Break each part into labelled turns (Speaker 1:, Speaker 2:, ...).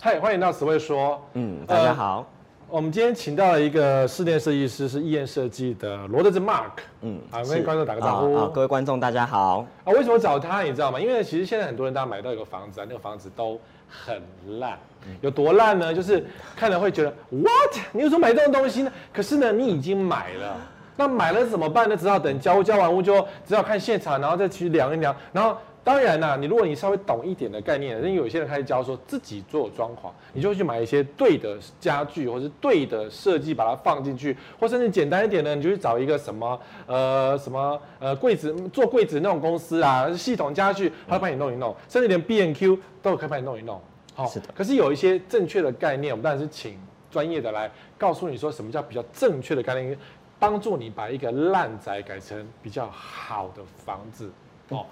Speaker 1: 嗨，欢迎到词汇说。
Speaker 2: 嗯，大家好。
Speaker 1: 我们今天请到了一个室内设计师，是意彦设计的罗德志 Mark。嗯，啊，
Speaker 2: 是
Speaker 1: 跟观众打个招呼
Speaker 2: 啊啊各位观众大家好。
Speaker 1: 啊，为什么找他？你知道吗？因为其实现在很多人大家买到一个房子啊，那个房子都很烂，有多烂呢？就是看了会觉得 what？你有时候买这种东西呢？可是呢，你已经买了。那买了怎么办呢？只好等交屋交完屋就只好看现场，然后再去量一量。然后当然啦、你如果你稍微懂一点的概念，因为有些人开始教说自己做装潢，你就会去买一些对的家具或是对的设计把它放进去，或甚至简单一点呢，你就去找一个什么呃什么呃柜子做柜子那种公司啊，系统家
Speaker 2: 嗯
Speaker 1: 具，他会帮你弄一弄，甚至连 B N Q 都有可以帮你弄一弄。好、
Speaker 2: 是的
Speaker 1: 可是有一些正确的概念，我们当然是请专业的来告诉你说什么叫比较正确的概念，帮助你把一个烂宅改成比较好的房子。哦，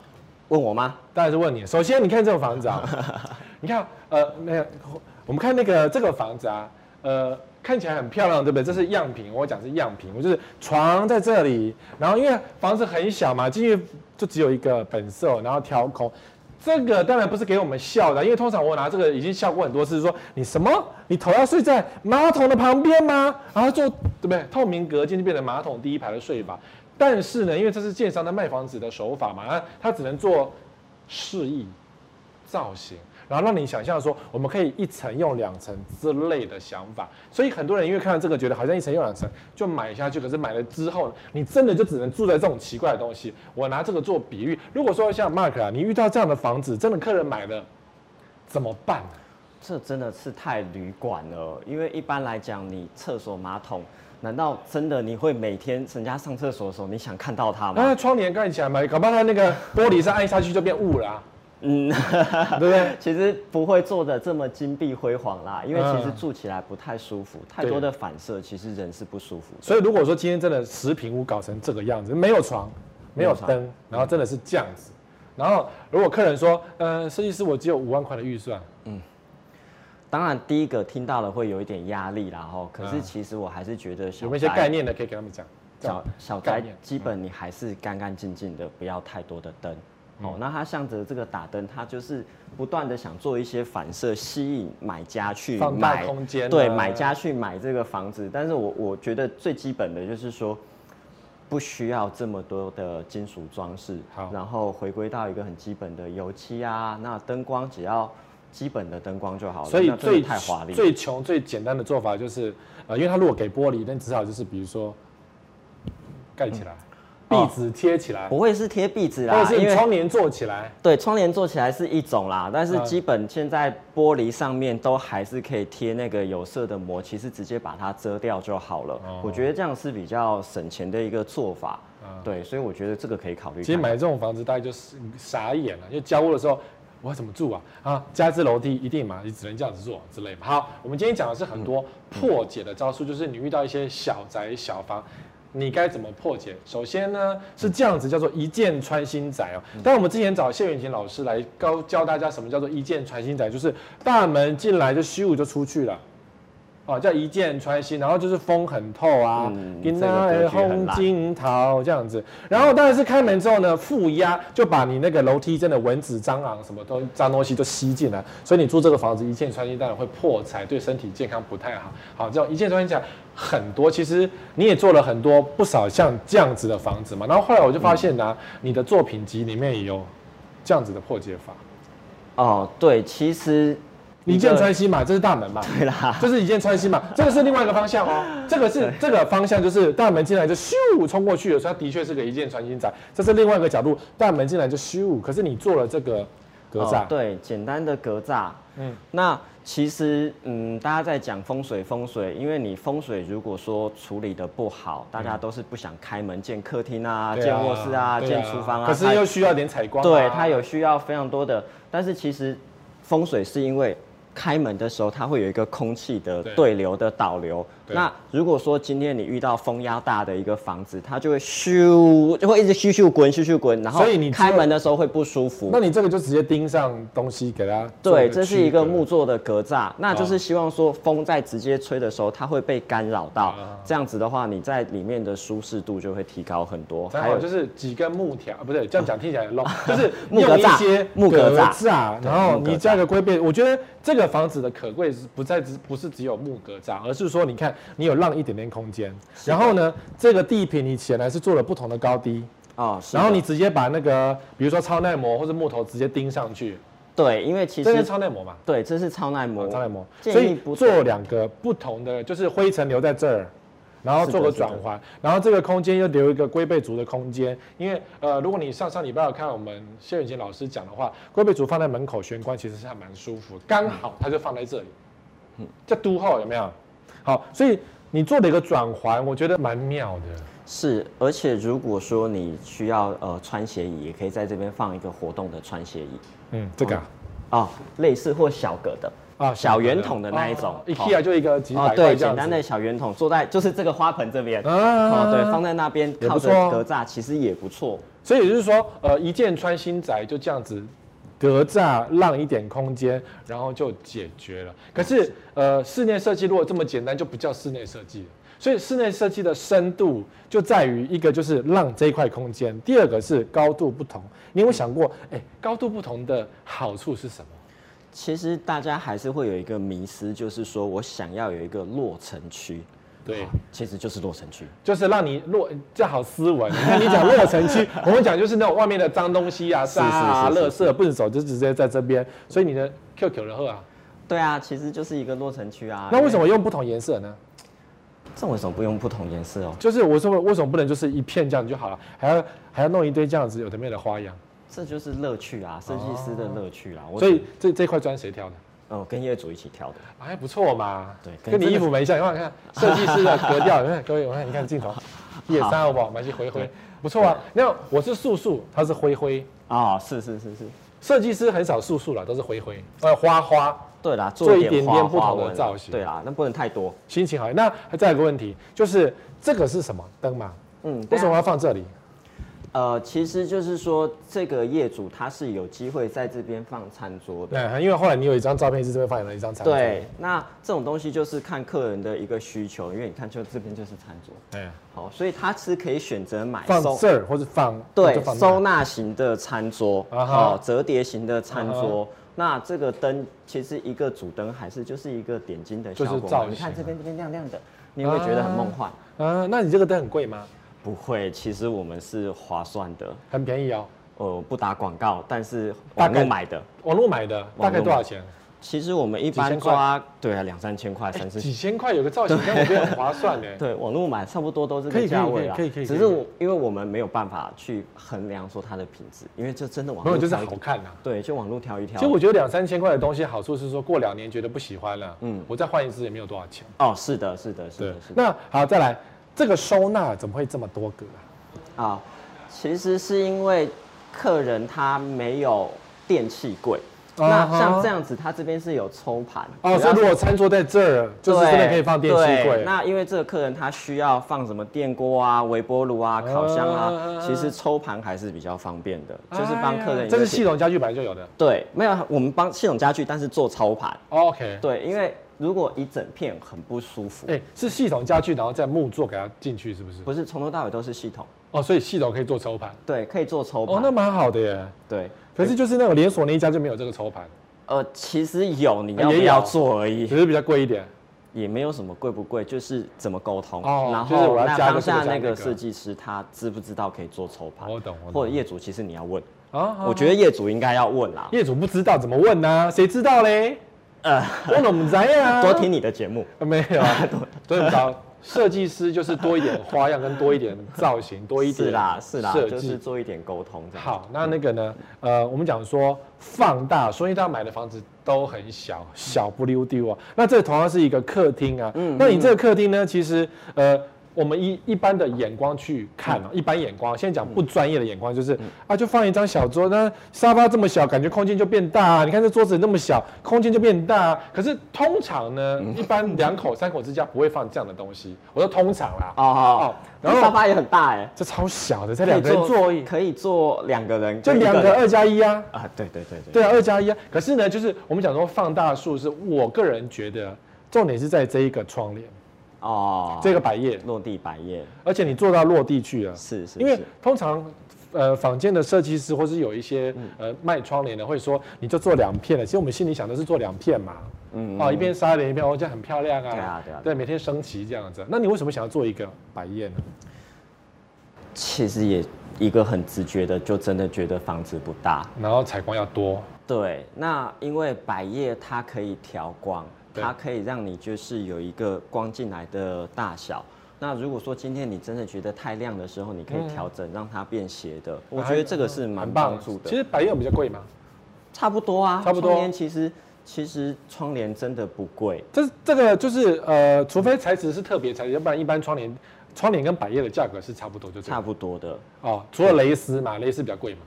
Speaker 2: 问我吗？
Speaker 1: 当然是问你。首先，你看这种房子啊，你看，呃，那个，我们看那个这个房子啊，呃，看起来很漂亮，对不对？这是样品，我讲是样品，我就是床在这里，然后因为房子很小嘛，进去就只有一个本色，然后挑空。这个当然不是给我们笑的，因为通常我拿这个已经笑过很多次，说你什么？你头要睡在马桶的旁边吗？然后做对不对？透明隔间就变成马桶第一排的睡法。但是呢，因为这是建商的卖房子的手法嘛，他他只能做示意、造型，然后让你想象说我们可以一层用两层之类的想法。所以很多人因为看到这个，觉得好像一层用两层就买下去，可是买了之后，你真的就只能住在这种奇怪的东西。我拿这个做比喻，如果说像 Mark 啊，你遇到这样的房子，真的客人买了怎么办呢、
Speaker 2: 这真的是太旅馆了，因为一般来讲，你厕所马桶，难道真的你会每天人家上厕所的时候，你想看到它
Speaker 1: 那
Speaker 2: 吗？
Speaker 1: 窗帘盖起来嘛，搞不好它那个玻璃上按下去就变雾了、啊，
Speaker 2: 嗯，
Speaker 1: 对不对？
Speaker 2: 其实不会做的这么金碧辉煌啦，因为其实
Speaker 1: 嗯
Speaker 2: 住起来不太舒服，太多的反射，其实人是不舒服的。
Speaker 1: 所以如果说今天真的食品屋搞成这个样子，没有床，没有
Speaker 2: 没
Speaker 1: 灯，然后真的是这样子，然后如果客人说，呃，设计师我只有五万块的预算，
Speaker 2: 当然，第一个听到了会有一点压力啦，吼。可是
Speaker 1: 嗯
Speaker 2: 其实我还是觉得小
Speaker 1: 有没有一些
Speaker 2: 宅
Speaker 1: 概念的可以给他们讲？这样
Speaker 2: 小小
Speaker 1: 概
Speaker 2: 宅
Speaker 1: 念嗯
Speaker 2: 基本你还是干干净净的，不要太多的灯。哦，
Speaker 1: 嗯
Speaker 2: 那它向着这个打灯，它就是不断的想做一些反射，吸引买家去
Speaker 1: 放大
Speaker 2: 买
Speaker 1: 空间啊
Speaker 2: 对，买家去买这个房子。但是我我觉得最基本的就是说，不需要这么多的金属装饰
Speaker 1: 好，
Speaker 2: 然后回归到一个很基本的油漆啊，那灯光只要基本的灯光就好了，
Speaker 1: 所以
Speaker 2: 那真的
Speaker 1: 最
Speaker 2: 太华丽了。
Speaker 1: 最穷最简单的做法就是，呃，因为他如果给玻璃，那只好就是比如说盖起来，壁
Speaker 2: 哦
Speaker 1: 纸贴起来，
Speaker 2: 不会是贴壁纸啦，
Speaker 1: 或者
Speaker 2: 因为
Speaker 1: 是窗帘做起来。
Speaker 2: 对，窗帘做起来是一种啦，但是
Speaker 1: 嗯
Speaker 2: 基本现在玻璃上面都还是可以贴那个有色的膜，其实直接把它遮掉就好了。
Speaker 1: 哦
Speaker 2: 我觉得这样是比较省钱的一个做法。
Speaker 1: 嗯
Speaker 2: 对，所以我觉得这个可以考虑看看。
Speaker 1: 其实买这种房子大概就是傻眼了，因为交屋的时候。我要怎么住啊？啊，家之楼梯一定嘛，你只能这样子做之类嘛。好，我们今天讲的是很
Speaker 2: 嗯
Speaker 1: 多破解的招数，就是你遇到一些小宅小房，你该怎么破解？首先呢是这样子，叫做一箭穿心宅哦。
Speaker 2: 嗯
Speaker 1: 但我们之前找谢远琴老师来教教大家什么叫做一箭穿心宅，就是大门进来就虚无就出去了。哦，叫一箭穿心，然后就是风很透啊，
Speaker 2: 嗯
Speaker 1: 跟
Speaker 2: 这个格局很
Speaker 1: 红
Speaker 2: 烂
Speaker 1: 金桃这样子。然后当然是开门之后呢，负压就把你那个楼梯真的蚊子、蟑螂什么都脏东西都吸进来，所以你住这个房子一箭穿心当然会破财，对身体健康不太好。好，这种一箭穿心讲很多，其实你也做了很多不少像这样子的房子嘛。然后后来我就发现呢、你的作品集里面也有这样子的破解法，
Speaker 2: 哦，对，其实
Speaker 1: 一
Speaker 2: 这
Speaker 1: 箭穿心嘛，这是大门嘛。
Speaker 2: 对啦，
Speaker 1: 这是一箭穿心嘛，这个是另外一个方 向哦，这个是这个方向就是大门进来就咻冲过去了，所以它的确是个一箭穿心仔，这是另外一个角度，大门进来就咻，可是你做了这个格栅，
Speaker 2: 哦，对，简单的格栅。
Speaker 1: 嗯
Speaker 2: 嗯，那其实嗯，大家在讲风水，风水，因为你风水如果说处理的不好，大家都是不想开门建客厅啊，
Speaker 1: 嗯对
Speaker 2: 建卧室啊，
Speaker 1: 对
Speaker 2: 建厨房啊，
Speaker 1: 可是
Speaker 2: 它
Speaker 1: 又需要点采光、啊
Speaker 2: 对，它有需要非常多的，但是其实风水是因为开门的时候，它会有一个空气的
Speaker 1: 对
Speaker 2: 对流的导流，
Speaker 1: 对
Speaker 2: 那如果说今天你遇到风压大的一个房子，它就会咻，就会一直咻咻滚，咻咻滚，然后
Speaker 1: 所以你这
Speaker 2: 开门的时候会不舒服
Speaker 1: 那。你这个就直接钉上东西给它做
Speaker 2: 对，
Speaker 1: 区隔。
Speaker 2: 这是一个木做的格栅，
Speaker 1: 啊
Speaker 2: 那就是希望说风在直接吹的时候，它会被干扰到。
Speaker 1: 啊
Speaker 2: 这样子的话，你在里面的舒适度就会提高很多。
Speaker 1: 还有哦就是几根木条，啊不对，这样讲听起来很 low，就是
Speaker 2: 木
Speaker 1: 用
Speaker 2: 格
Speaker 1: 一
Speaker 2: 栅
Speaker 1: 些
Speaker 2: 木格
Speaker 1: 格
Speaker 2: 栅
Speaker 1: 栅，
Speaker 2: 对
Speaker 1: 然后
Speaker 2: 木格
Speaker 1: 你
Speaker 2: 栅
Speaker 1: 加个规变。我觉得这个房子的可贵是不在只不是只有木格栅，而是说你看你有让一点点空间，然后呢，这个地坪你显然是做了不同的高低，
Speaker 2: 哦，是的
Speaker 1: 然后你直接把那个比如说超耐磨或者木头直接钉上去，
Speaker 2: 对，因为其
Speaker 1: 这是
Speaker 2: 实
Speaker 1: 超耐磨嘛，
Speaker 2: 对，这是哦超耐磨，
Speaker 1: 超耐磨，
Speaker 2: 建
Speaker 1: 所
Speaker 2: 议
Speaker 1: 以
Speaker 2: 不
Speaker 1: 做两个不同的，就是灰尘留在这儿。然后做个
Speaker 2: 是的是的
Speaker 1: 转换，然后这个空间又留一个龟背竹的空间，因为呃，如果你上上礼拜有看我们谢远琴老师讲的话，龟背竹放在门口玄关其实是还蛮舒服，刚好它就放在这里，
Speaker 2: 嗯
Speaker 1: 叫都后有没有？好，所以你做了一个转环，我觉得蛮妙的，
Speaker 2: 是，而且如果说你需要呃穿鞋椅，也可以在这边放一个活动的穿鞋椅
Speaker 1: 嗯，这个啊
Speaker 2: 哦，类似或小格的
Speaker 1: 啊
Speaker 2: 哦小圆筒的那一种
Speaker 1: 一 k e 就一个几
Speaker 2: 哦
Speaker 1: 百，块
Speaker 2: 对，
Speaker 1: 这
Speaker 2: 简
Speaker 1: 样
Speaker 2: 单
Speaker 1: 子，
Speaker 2: 的小圆筒，坐在就是这个花盆这边。
Speaker 1: 啊
Speaker 2: 哦，对，放在那边
Speaker 1: 也
Speaker 2: 靠
Speaker 1: 不
Speaker 2: 着
Speaker 1: 错哦
Speaker 2: 格栅，其实也不错。
Speaker 1: 所以也就是说，呃，一箭穿心宅就这样子，格栅让一点空间，然后就解决了。可是，呃，室内设计如果这么简单，就不叫室内设计了。所以，室内设计的深度就在于一个就是让这一块空间，第二个是高度不同。你有没有想过，哎、高度不同的好处是什么？
Speaker 2: 其实大家还是会有一个迷思，就是说我想要有一个落城区，
Speaker 1: 对
Speaker 2: 哦，其实就是落城区。
Speaker 1: 就是让你落，这好斯文。你看你讲落城区，我们讲就是那种外面的脏东西啊、
Speaker 2: 是
Speaker 1: 沙啊、
Speaker 2: 是
Speaker 1: 垃
Speaker 2: 是
Speaker 1: 圾不能走，就直接在这边。所以你的 QQ 的后啊，
Speaker 2: 对啊，其实就是一个落城区啊。
Speaker 1: 那为什
Speaker 2: 么
Speaker 1: 么用不同颜色呢？
Speaker 2: 这为什么不用不同颜色哦？
Speaker 1: 就是我说为什么不能就是一片这样就好了，还要还要弄一堆这样子有的没的花样？
Speaker 2: 这就是乐趣啊，设计师的乐趣啊。我
Speaker 1: 哦所
Speaker 2: 觉得
Speaker 1: 以这这块砖谁挑的？
Speaker 2: 哦，跟业主一起挑的。
Speaker 1: 还不错嘛，
Speaker 2: 对
Speaker 1: 跟
Speaker 2: 跟
Speaker 1: 你
Speaker 2: 这个
Speaker 1: 衣服蛮像。你看，看设计师的格 调，你哎看各位，我看你看镜头，一二三，好不好？蛮是灰灰，不错啊。那我是素素，他是灰灰，
Speaker 2: 啊、是是是是，
Speaker 1: 设计师很少素素了，都是灰灰，呃，花花。
Speaker 2: 对啦，
Speaker 1: 做
Speaker 2: 做
Speaker 1: 一
Speaker 2: 一
Speaker 1: 点
Speaker 2: 点
Speaker 1: 点
Speaker 2: 花
Speaker 1: 不
Speaker 2: 花
Speaker 1: 同的
Speaker 2: 纹啊
Speaker 1: 造型
Speaker 2: 对啦，那不能太多。
Speaker 1: 心情好。那还再有一个问题，就是这个是什么灯嘛？
Speaker 2: 嗯，
Speaker 1: 为
Speaker 2: 对啊
Speaker 1: 什么要放这里？
Speaker 2: 呃，其实就是说，这个业主他是有机会在这边放餐桌的。
Speaker 1: 哎对，因为后来你有一张照片是这边放了一张餐桌，
Speaker 2: 对，那这种东西就是看客人的一个需求，因为你看，就这边就是餐桌，
Speaker 1: 哎，
Speaker 2: 好，所以他是可以选择买
Speaker 1: 放
Speaker 2: 收
Speaker 1: 这儿或者放
Speaker 2: 对
Speaker 1: 就放那儿
Speaker 2: 收纳型的餐桌，
Speaker 1: 啊哈啊
Speaker 2: 哦，折叠型的餐桌。那这个灯其实一个主灯还是就是一个点睛的效
Speaker 1: 就是
Speaker 2: 果
Speaker 1: 造型
Speaker 2: 嘛，你看这边这边亮亮的，你会觉得很梦幻。
Speaker 1: 啊，那你这个灯很贵吗？
Speaker 2: 不会，其实我们是划算的，
Speaker 1: 很便宜哦，
Speaker 2: 呃，不打广告，但是
Speaker 1: 大
Speaker 2: 网
Speaker 1: 概
Speaker 2: 络买的。
Speaker 1: 网络买的，大概多少钱？
Speaker 2: 其实我们一
Speaker 1: 几千
Speaker 2: 般
Speaker 1: 块哎
Speaker 2: 抓对啊两三千块，三四千。
Speaker 1: 几千块有个造型，但我觉得很划 算呢。
Speaker 2: 对，网络买差不多都这
Speaker 1: 可以可以
Speaker 2: 个价位啦。啊
Speaker 1: 可以可以可以可
Speaker 2: 只是
Speaker 1: 以
Speaker 2: 我因为我们没有办法去衡量说它的品质，因为就真的网
Speaker 1: 没
Speaker 2: 络
Speaker 1: 有，就是
Speaker 2: 挑一
Speaker 1: 好看呐、
Speaker 2: 对，就网络挑一挑。
Speaker 1: 其实我觉得两三千块的东西，好处是说过两年觉得不喜欢了，嗯，我再换一支也没有多少钱。
Speaker 2: 哦，是的，是的，是
Speaker 1: 对
Speaker 2: 的，是，的
Speaker 1: 那好，再来这个收纳怎么会这么多个啊？
Speaker 2: 啊，其实是因为客人他没有电器柜。
Speaker 1: 啊
Speaker 2: 那
Speaker 1: 哈
Speaker 2: 像这样子，它这边是有抽盘
Speaker 1: 哦，
Speaker 2: 主
Speaker 1: 所
Speaker 2: 要
Speaker 1: 以如果餐桌在这儿，就是
Speaker 2: 对
Speaker 1: 真的可以放电器
Speaker 2: 啊对
Speaker 1: 柜。
Speaker 2: 那因为这个客人他需要放什么电锅啊、微波炉啊、烤箱
Speaker 1: 啊
Speaker 2: 啊，其实抽盘还是比较方便的，就是帮客
Speaker 1: 哎
Speaker 2: 人
Speaker 1: 呀
Speaker 2: 一
Speaker 1: 这
Speaker 2: 个
Speaker 1: 是
Speaker 2: 解
Speaker 1: 系统家具本来就有的。
Speaker 2: 对，没有我们帮系统家具，但是做抽盘。
Speaker 1: 哦 OK，
Speaker 2: 对，因为如果一整片很不舒服，
Speaker 1: 哎、是系统家具，然后再木做给它进去，是不是？
Speaker 2: 不是从头到尾都是系统，
Speaker 1: 哦，所以系统可以做抽盘。
Speaker 2: 对，可以做抽
Speaker 1: 哦，
Speaker 2: 盘。
Speaker 1: 那蛮好的耶。
Speaker 2: 对，
Speaker 1: 可是就是那种连锁那一家就没有这个抽盘，
Speaker 2: 呃，其实有你要
Speaker 1: 也
Speaker 2: 不
Speaker 1: 有
Speaker 2: 要做而已，
Speaker 1: 只是比较贵一点。
Speaker 2: 也没有什么贵不贵，就是怎么沟通。
Speaker 1: 哦
Speaker 2: 然
Speaker 1: 就是
Speaker 2: 后
Speaker 1: 我要
Speaker 2: 那
Speaker 1: 加一个
Speaker 2: 当
Speaker 1: 这
Speaker 2: 下
Speaker 1: 个加
Speaker 2: 那
Speaker 1: 那个哦
Speaker 2: 个设计师他知不知道可以做抽盘？
Speaker 1: 我懂我懂
Speaker 2: 或者业主其实你要问，
Speaker 1: 啊，
Speaker 2: 我觉得业主应该要问啦，
Speaker 1: 业主不知道怎么问呢、谁知道嘞？
Speaker 2: 呃
Speaker 1: 问了我们宅 呀、啊，
Speaker 2: 多听你的节目。
Speaker 1: 啊没有 啊，所以我们找设计师就是多一点花样，跟多一点造型，多一点
Speaker 2: 是啦，是啦，
Speaker 1: 设
Speaker 2: 就是
Speaker 1: 计。
Speaker 2: 做一点沟通这样。，
Speaker 1: 好，那那个呢？呃，我们讲说放大，所以他买的房子都很小，
Speaker 2: 嗯
Speaker 1: 小不溜丢啊。那这同样是一个客厅啊。那你这个客厅呢，其实呃，我们一一般的眼光去看哦，一般眼光，现在讲不专业的眼光
Speaker 2: 嗯
Speaker 1: 就是啊，就放一张小桌，那沙发这么小，感觉空间就变大啊。你看这桌子那么小，空间就变大啊。可是通常呢，
Speaker 2: 嗯
Speaker 1: 一般两口三口之家不会放这样的东西。我说通常啦，
Speaker 2: 哦哦，
Speaker 1: 然
Speaker 2: 然
Speaker 1: 后
Speaker 2: 后沙发也很大哎，
Speaker 1: 这超小的，才两个人
Speaker 2: 可以
Speaker 1: 坐而已，
Speaker 2: 可以坐两个人，
Speaker 1: 就
Speaker 2: 跟一
Speaker 1: 两个
Speaker 2: 人
Speaker 1: 二加一啊。
Speaker 2: 啊，对对对对，
Speaker 1: 对啊，二加一啊。可是呢，就是我们讲说放大数，是我个人觉得重点是在这一个窗帘，
Speaker 2: 哦，
Speaker 1: 这个百叶，
Speaker 2: 落地百叶
Speaker 1: 而且你做到落地去啊。
Speaker 2: 是是，
Speaker 1: 因为
Speaker 2: 是
Speaker 1: 通常呃坊间的设计师或是有一些
Speaker 2: 嗯
Speaker 1: 呃卖窗帘的会说，你就做两片了。其实我们心里想的是做两片嘛，
Speaker 2: 嗯
Speaker 1: 哦，一边纱帘一边哦，这样很漂亮啊。
Speaker 2: 对啊对啊
Speaker 1: 对，每天升旗这样子。那你为什么想要做一个百叶呢？
Speaker 2: 其实也一个很直觉的，就真的觉得房子不大。
Speaker 1: 然后采光要多，
Speaker 2: 对，那因为百叶它可以调光，
Speaker 1: 对
Speaker 2: 它可以让你就是有一个光进来的大小。那如果说今天你真的觉得太亮的时候，你可以调整让它变斜的。我觉得这个是蛮
Speaker 1: 啊很
Speaker 2: 帮助的
Speaker 1: 其。实百叶比较贵嘛，
Speaker 2: 差不多啊，
Speaker 1: 差不多
Speaker 2: 窗帘其实其实窗帘真的不贵。
Speaker 1: 这这个就是呃，除非材质是特别材质，要不然一般窗帘窗帘跟百叶的价格是差不多，就这样。
Speaker 2: 差不多的
Speaker 1: 哦，除了蕾丝嘛，蕾丝比较贵嘛。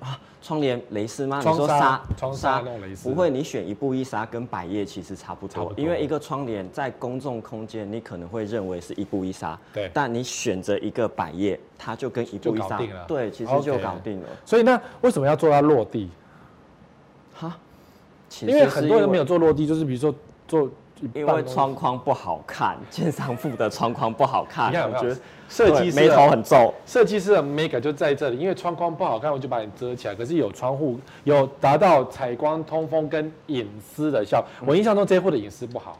Speaker 2: 啊，窗帘蕾丝吗？
Speaker 1: 窗
Speaker 2: 你说
Speaker 1: 纱
Speaker 2: 纱
Speaker 1: 窗纱那种蕾丝
Speaker 2: 不会，你选一布一纱跟百叶其实差不
Speaker 1: 差
Speaker 2: 多，
Speaker 1: 不多
Speaker 2: 因为一个窗帘在公众空间，你可能会认为是一布一纱，
Speaker 1: 对
Speaker 2: 但你选择一个百叶，它就跟一
Speaker 1: 就
Speaker 2: 布一
Speaker 1: 搞
Speaker 2: 纱
Speaker 1: 定了，
Speaker 2: 对，其实
Speaker 1: OK
Speaker 2: 就搞定了。
Speaker 1: 所以那为什么要做到落地？
Speaker 2: 哈，其
Speaker 1: 因为很多人没有
Speaker 2: 是
Speaker 1: 做落地，就是比如说做一
Speaker 2: 因为。因
Speaker 1: 半
Speaker 2: 为
Speaker 1: 东西
Speaker 2: 窗框不好看， 建商付的窗框不好看，
Speaker 1: 你看有
Speaker 2: 我
Speaker 1: 没有
Speaker 2: 觉得
Speaker 1: 设计
Speaker 2: 对
Speaker 1: 师
Speaker 2: 眉
Speaker 1: 的
Speaker 2: 头很皱，
Speaker 1: 设计师的 mega 就在这里，因为窗框不好看，我就把你遮起来。可是有窗户，有达到采光、通风跟隐私的效。我印象中这一户的隐私不好，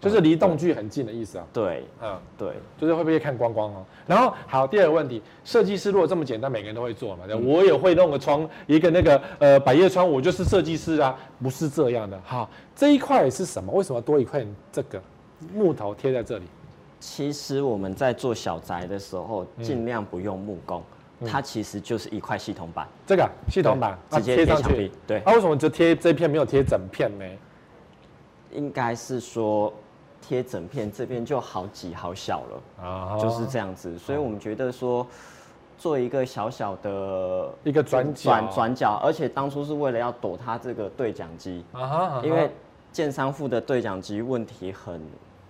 Speaker 1: 就是离动距很近的意思啊。
Speaker 2: 对
Speaker 1: 嗯，
Speaker 2: 对，
Speaker 1: 就是会被看光光哦。然后好，第二个问题，设计师如果这么简单，每个人都会做嘛？对
Speaker 2: 嗯
Speaker 1: 我也会弄个窗，一个那个呃百叶窗，我就是设计师啊，不是这样的。好，这一块是什么？为什么多一块这个木头贴在这里？
Speaker 2: 其实我们在做小宅的时候，
Speaker 1: 嗯
Speaker 2: 尽量不用木工，它其实就是一块系统板，
Speaker 1: 这个啊系统板
Speaker 2: 对
Speaker 1: 啊
Speaker 2: 直接
Speaker 1: 贴上
Speaker 2: 贴墙
Speaker 1: 去
Speaker 2: 壁，对
Speaker 1: 啊，为什么只贴这片没有贴整片呢？
Speaker 2: 应该是说贴整片这边就好挤好小了，
Speaker 1: 啊
Speaker 2: 就是这样子。所以我们觉得说，做一个小小的
Speaker 1: 一个转角
Speaker 2: 转转角，而且当初是为了要躲它这个对讲机，
Speaker 1: 啊哈啊哈
Speaker 2: 因为建商付的对讲机问题很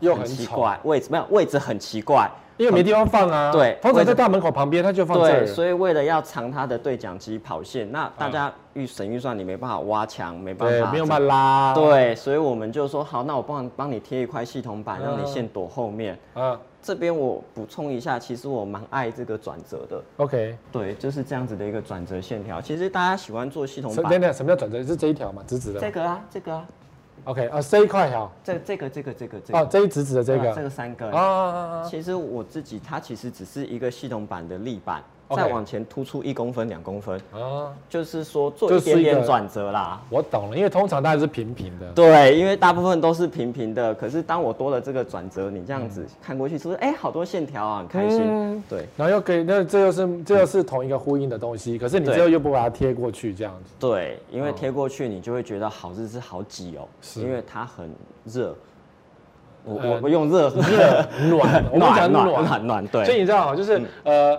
Speaker 1: 又很
Speaker 2: 奇
Speaker 1: 丑
Speaker 2: 怪，位置没有位置很奇怪，
Speaker 1: 因为没地方放啊，
Speaker 2: 对
Speaker 1: 通
Speaker 2: 或
Speaker 1: 常
Speaker 2: 者
Speaker 1: 在大门口旁边，它就放这
Speaker 2: 对，
Speaker 1: 儿，以
Speaker 2: 所以为了要藏它的对讲机跑线，那大家预省预算，你没办法挖墙，没办
Speaker 1: 对
Speaker 2: 法，
Speaker 1: 没有办法拉，
Speaker 2: 对，所以我们就说好，那我帮帮你贴一块系统板，
Speaker 1: 嗯
Speaker 2: 让你线躲后面。
Speaker 1: 啊
Speaker 2: 这边我补充一下，其实我蛮爱这个转折的，
Speaker 1: ，OK，
Speaker 2: 对，就是这样子的一个转折线条。其实大家喜欢做系统
Speaker 1: 什等
Speaker 2: 板，
Speaker 1: 等什么叫转折？是这一条嘛，直直的
Speaker 2: 这个啊，这个啊，
Speaker 1: ，OK 啊，这一块哈，
Speaker 2: 这这个这个这个这
Speaker 1: 哦，
Speaker 2: 个，
Speaker 1: 这一直直的这
Speaker 2: 这
Speaker 1: 个
Speaker 2: 个三根
Speaker 1: 啊啊。啊啊，
Speaker 2: 其实我自己它其实只是一个系统板的立板，
Speaker 1: OK
Speaker 2: 再往前突出一公分两公分，
Speaker 1: 啊啊，
Speaker 2: 就是说做
Speaker 1: 就
Speaker 2: 一
Speaker 1: 是一个
Speaker 2: 点点转折啦。
Speaker 1: 我懂了，因为通常大家是平平的，
Speaker 2: 对，因为大部分都是平平的，可是当我多了这个转折，你这样子看过去，是不是？哎、好多线条啊，很开心。
Speaker 1: 嗯
Speaker 2: 对
Speaker 1: 然后又给那这又是这又是同一个呼应的东西，可是你
Speaker 2: 对
Speaker 1: 最后又不把它贴过去这 样子，
Speaker 2: 对，因为贴过去，你就会觉得好日子好挤哦、
Speaker 1: 是
Speaker 2: 因为它很热。我
Speaker 1: 呃
Speaker 2: 我我用热
Speaker 1: 热暖，我们讲
Speaker 2: 暖暖
Speaker 1: 暖
Speaker 2: 暖暖，
Speaker 1: 所以
Speaker 2: 对，
Speaker 1: 你
Speaker 2: 嗯
Speaker 1: 知道吗？就是、呃，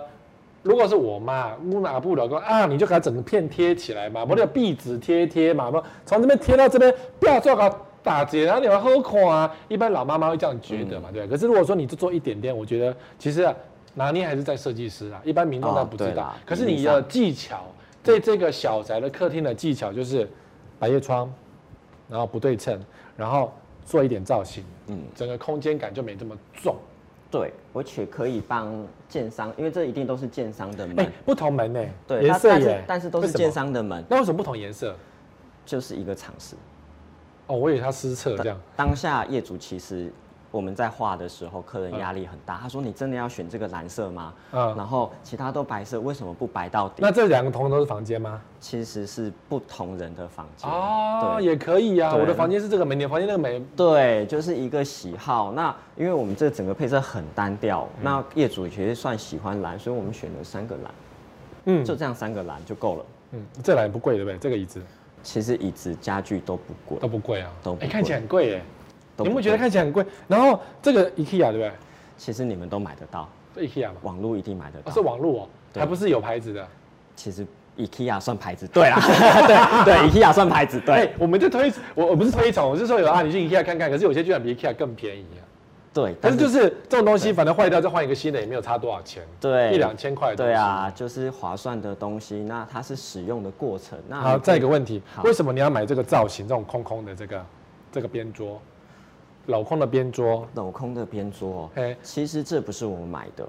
Speaker 1: 如果是我妈，乌哪不了说啊，你就给它整片贴起来嘛，不就壁纸贴一贴嘛，不从这边贴到这边，不要做搞打结，然后你要喝垮啊。一般老妈妈会这样觉得
Speaker 2: 嗯
Speaker 1: 嘛，对不对。可是如果说你就做一点点，我觉得其实啊，拿捏还是在设计师啊，一般民众他
Speaker 2: 哦
Speaker 1: 不知
Speaker 2: 对
Speaker 1: 道。
Speaker 2: 啦
Speaker 1: 可是
Speaker 2: 比例
Speaker 1: 你
Speaker 2: 上
Speaker 1: 的技巧，在这个小宅的客厅的技巧就是百叶窗，然后不对称，然后做一点造型，嗯
Speaker 2: 嗯，
Speaker 1: 整个空间感就没这么重。
Speaker 2: 对，而且可以帮建商，因为这一定都是建商的门，
Speaker 1: 哎、不同门呢、
Speaker 2: 对，
Speaker 1: 颜
Speaker 2: 它
Speaker 1: 色
Speaker 2: 但
Speaker 1: 耶
Speaker 2: 是，但是都
Speaker 1: 为
Speaker 2: 是
Speaker 1: 什么
Speaker 2: 建。商的门，
Speaker 1: 那为什么不同颜色？
Speaker 2: 就是一个常识。
Speaker 1: 哦，我以为它失策这样。
Speaker 2: 当下业主其实我们在画的时候，客人压力很大，他说：“你真的要选这个蓝色吗？”
Speaker 1: 嗯
Speaker 2: 然后其他都白色，为什么不白到底？
Speaker 1: 那这两个同样都是房间吗？
Speaker 2: 其实是不同人的房间。
Speaker 1: 哦，
Speaker 2: 对
Speaker 1: 也可以啊。
Speaker 2: 对
Speaker 1: 我的房间是这个门，你的房间那个门。
Speaker 2: 对，就是一个喜好。那因为我们这整个配色很单调，那业主其实算喜欢蓝，所以我们选了三个蓝，
Speaker 1: 嗯
Speaker 2: 就这样三个蓝就够了。
Speaker 1: 嗯，这来不贵对不对？这个椅子
Speaker 2: 其实椅子、家具都不贵，
Speaker 1: 都不贵啊，
Speaker 2: 都不
Speaker 1: 哎
Speaker 2: 贵
Speaker 1: 看起来很贵耶。
Speaker 2: 都
Speaker 1: 你
Speaker 2: 不
Speaker 1: 不觉得看起来很贵？然后这个 IKEA 对不对？
Speaker 2: 其实你们都买得到，
Speaker 1: IKEA 嘛，
Speaker 2: 网络一定买得
Speaker 1: 哦
Speaker 2: 到。
Speaker 1: 是网络哦，
Speaker 2: 对
Speaker 1: 还不是有牌子的。
Speaker 2: 其实 IKEA 算牌子，对啦， 对对，IKEA 算牌子，对、
Speaker 1: 哎，我们就推我我不是推崇，我是说有啊，你去 IKEA 看看，可是有些居然比 IKEA 更便宜啊。
Speaker 2: 对，
Speaker 1: 但是就是这种东西，反正坏掉再换一个新的，也没有差多少钱，
Speaker 2: 对
Speaker 1: 一两千块。
Speaker 2: 对，啊，就是划算的东西。那它是使用的过程，那
Speaker 1: 好，再一个问题，
Speaker 2: 啊好
Speaker 1: 为什么你要买这个造型，这种空空的这个这个边桌，镂空的边桌？哎
Speaker 2: 镂空的边桌哦
Speaker 1: 嘿，
Speaker 2: 其实这不是我们买的，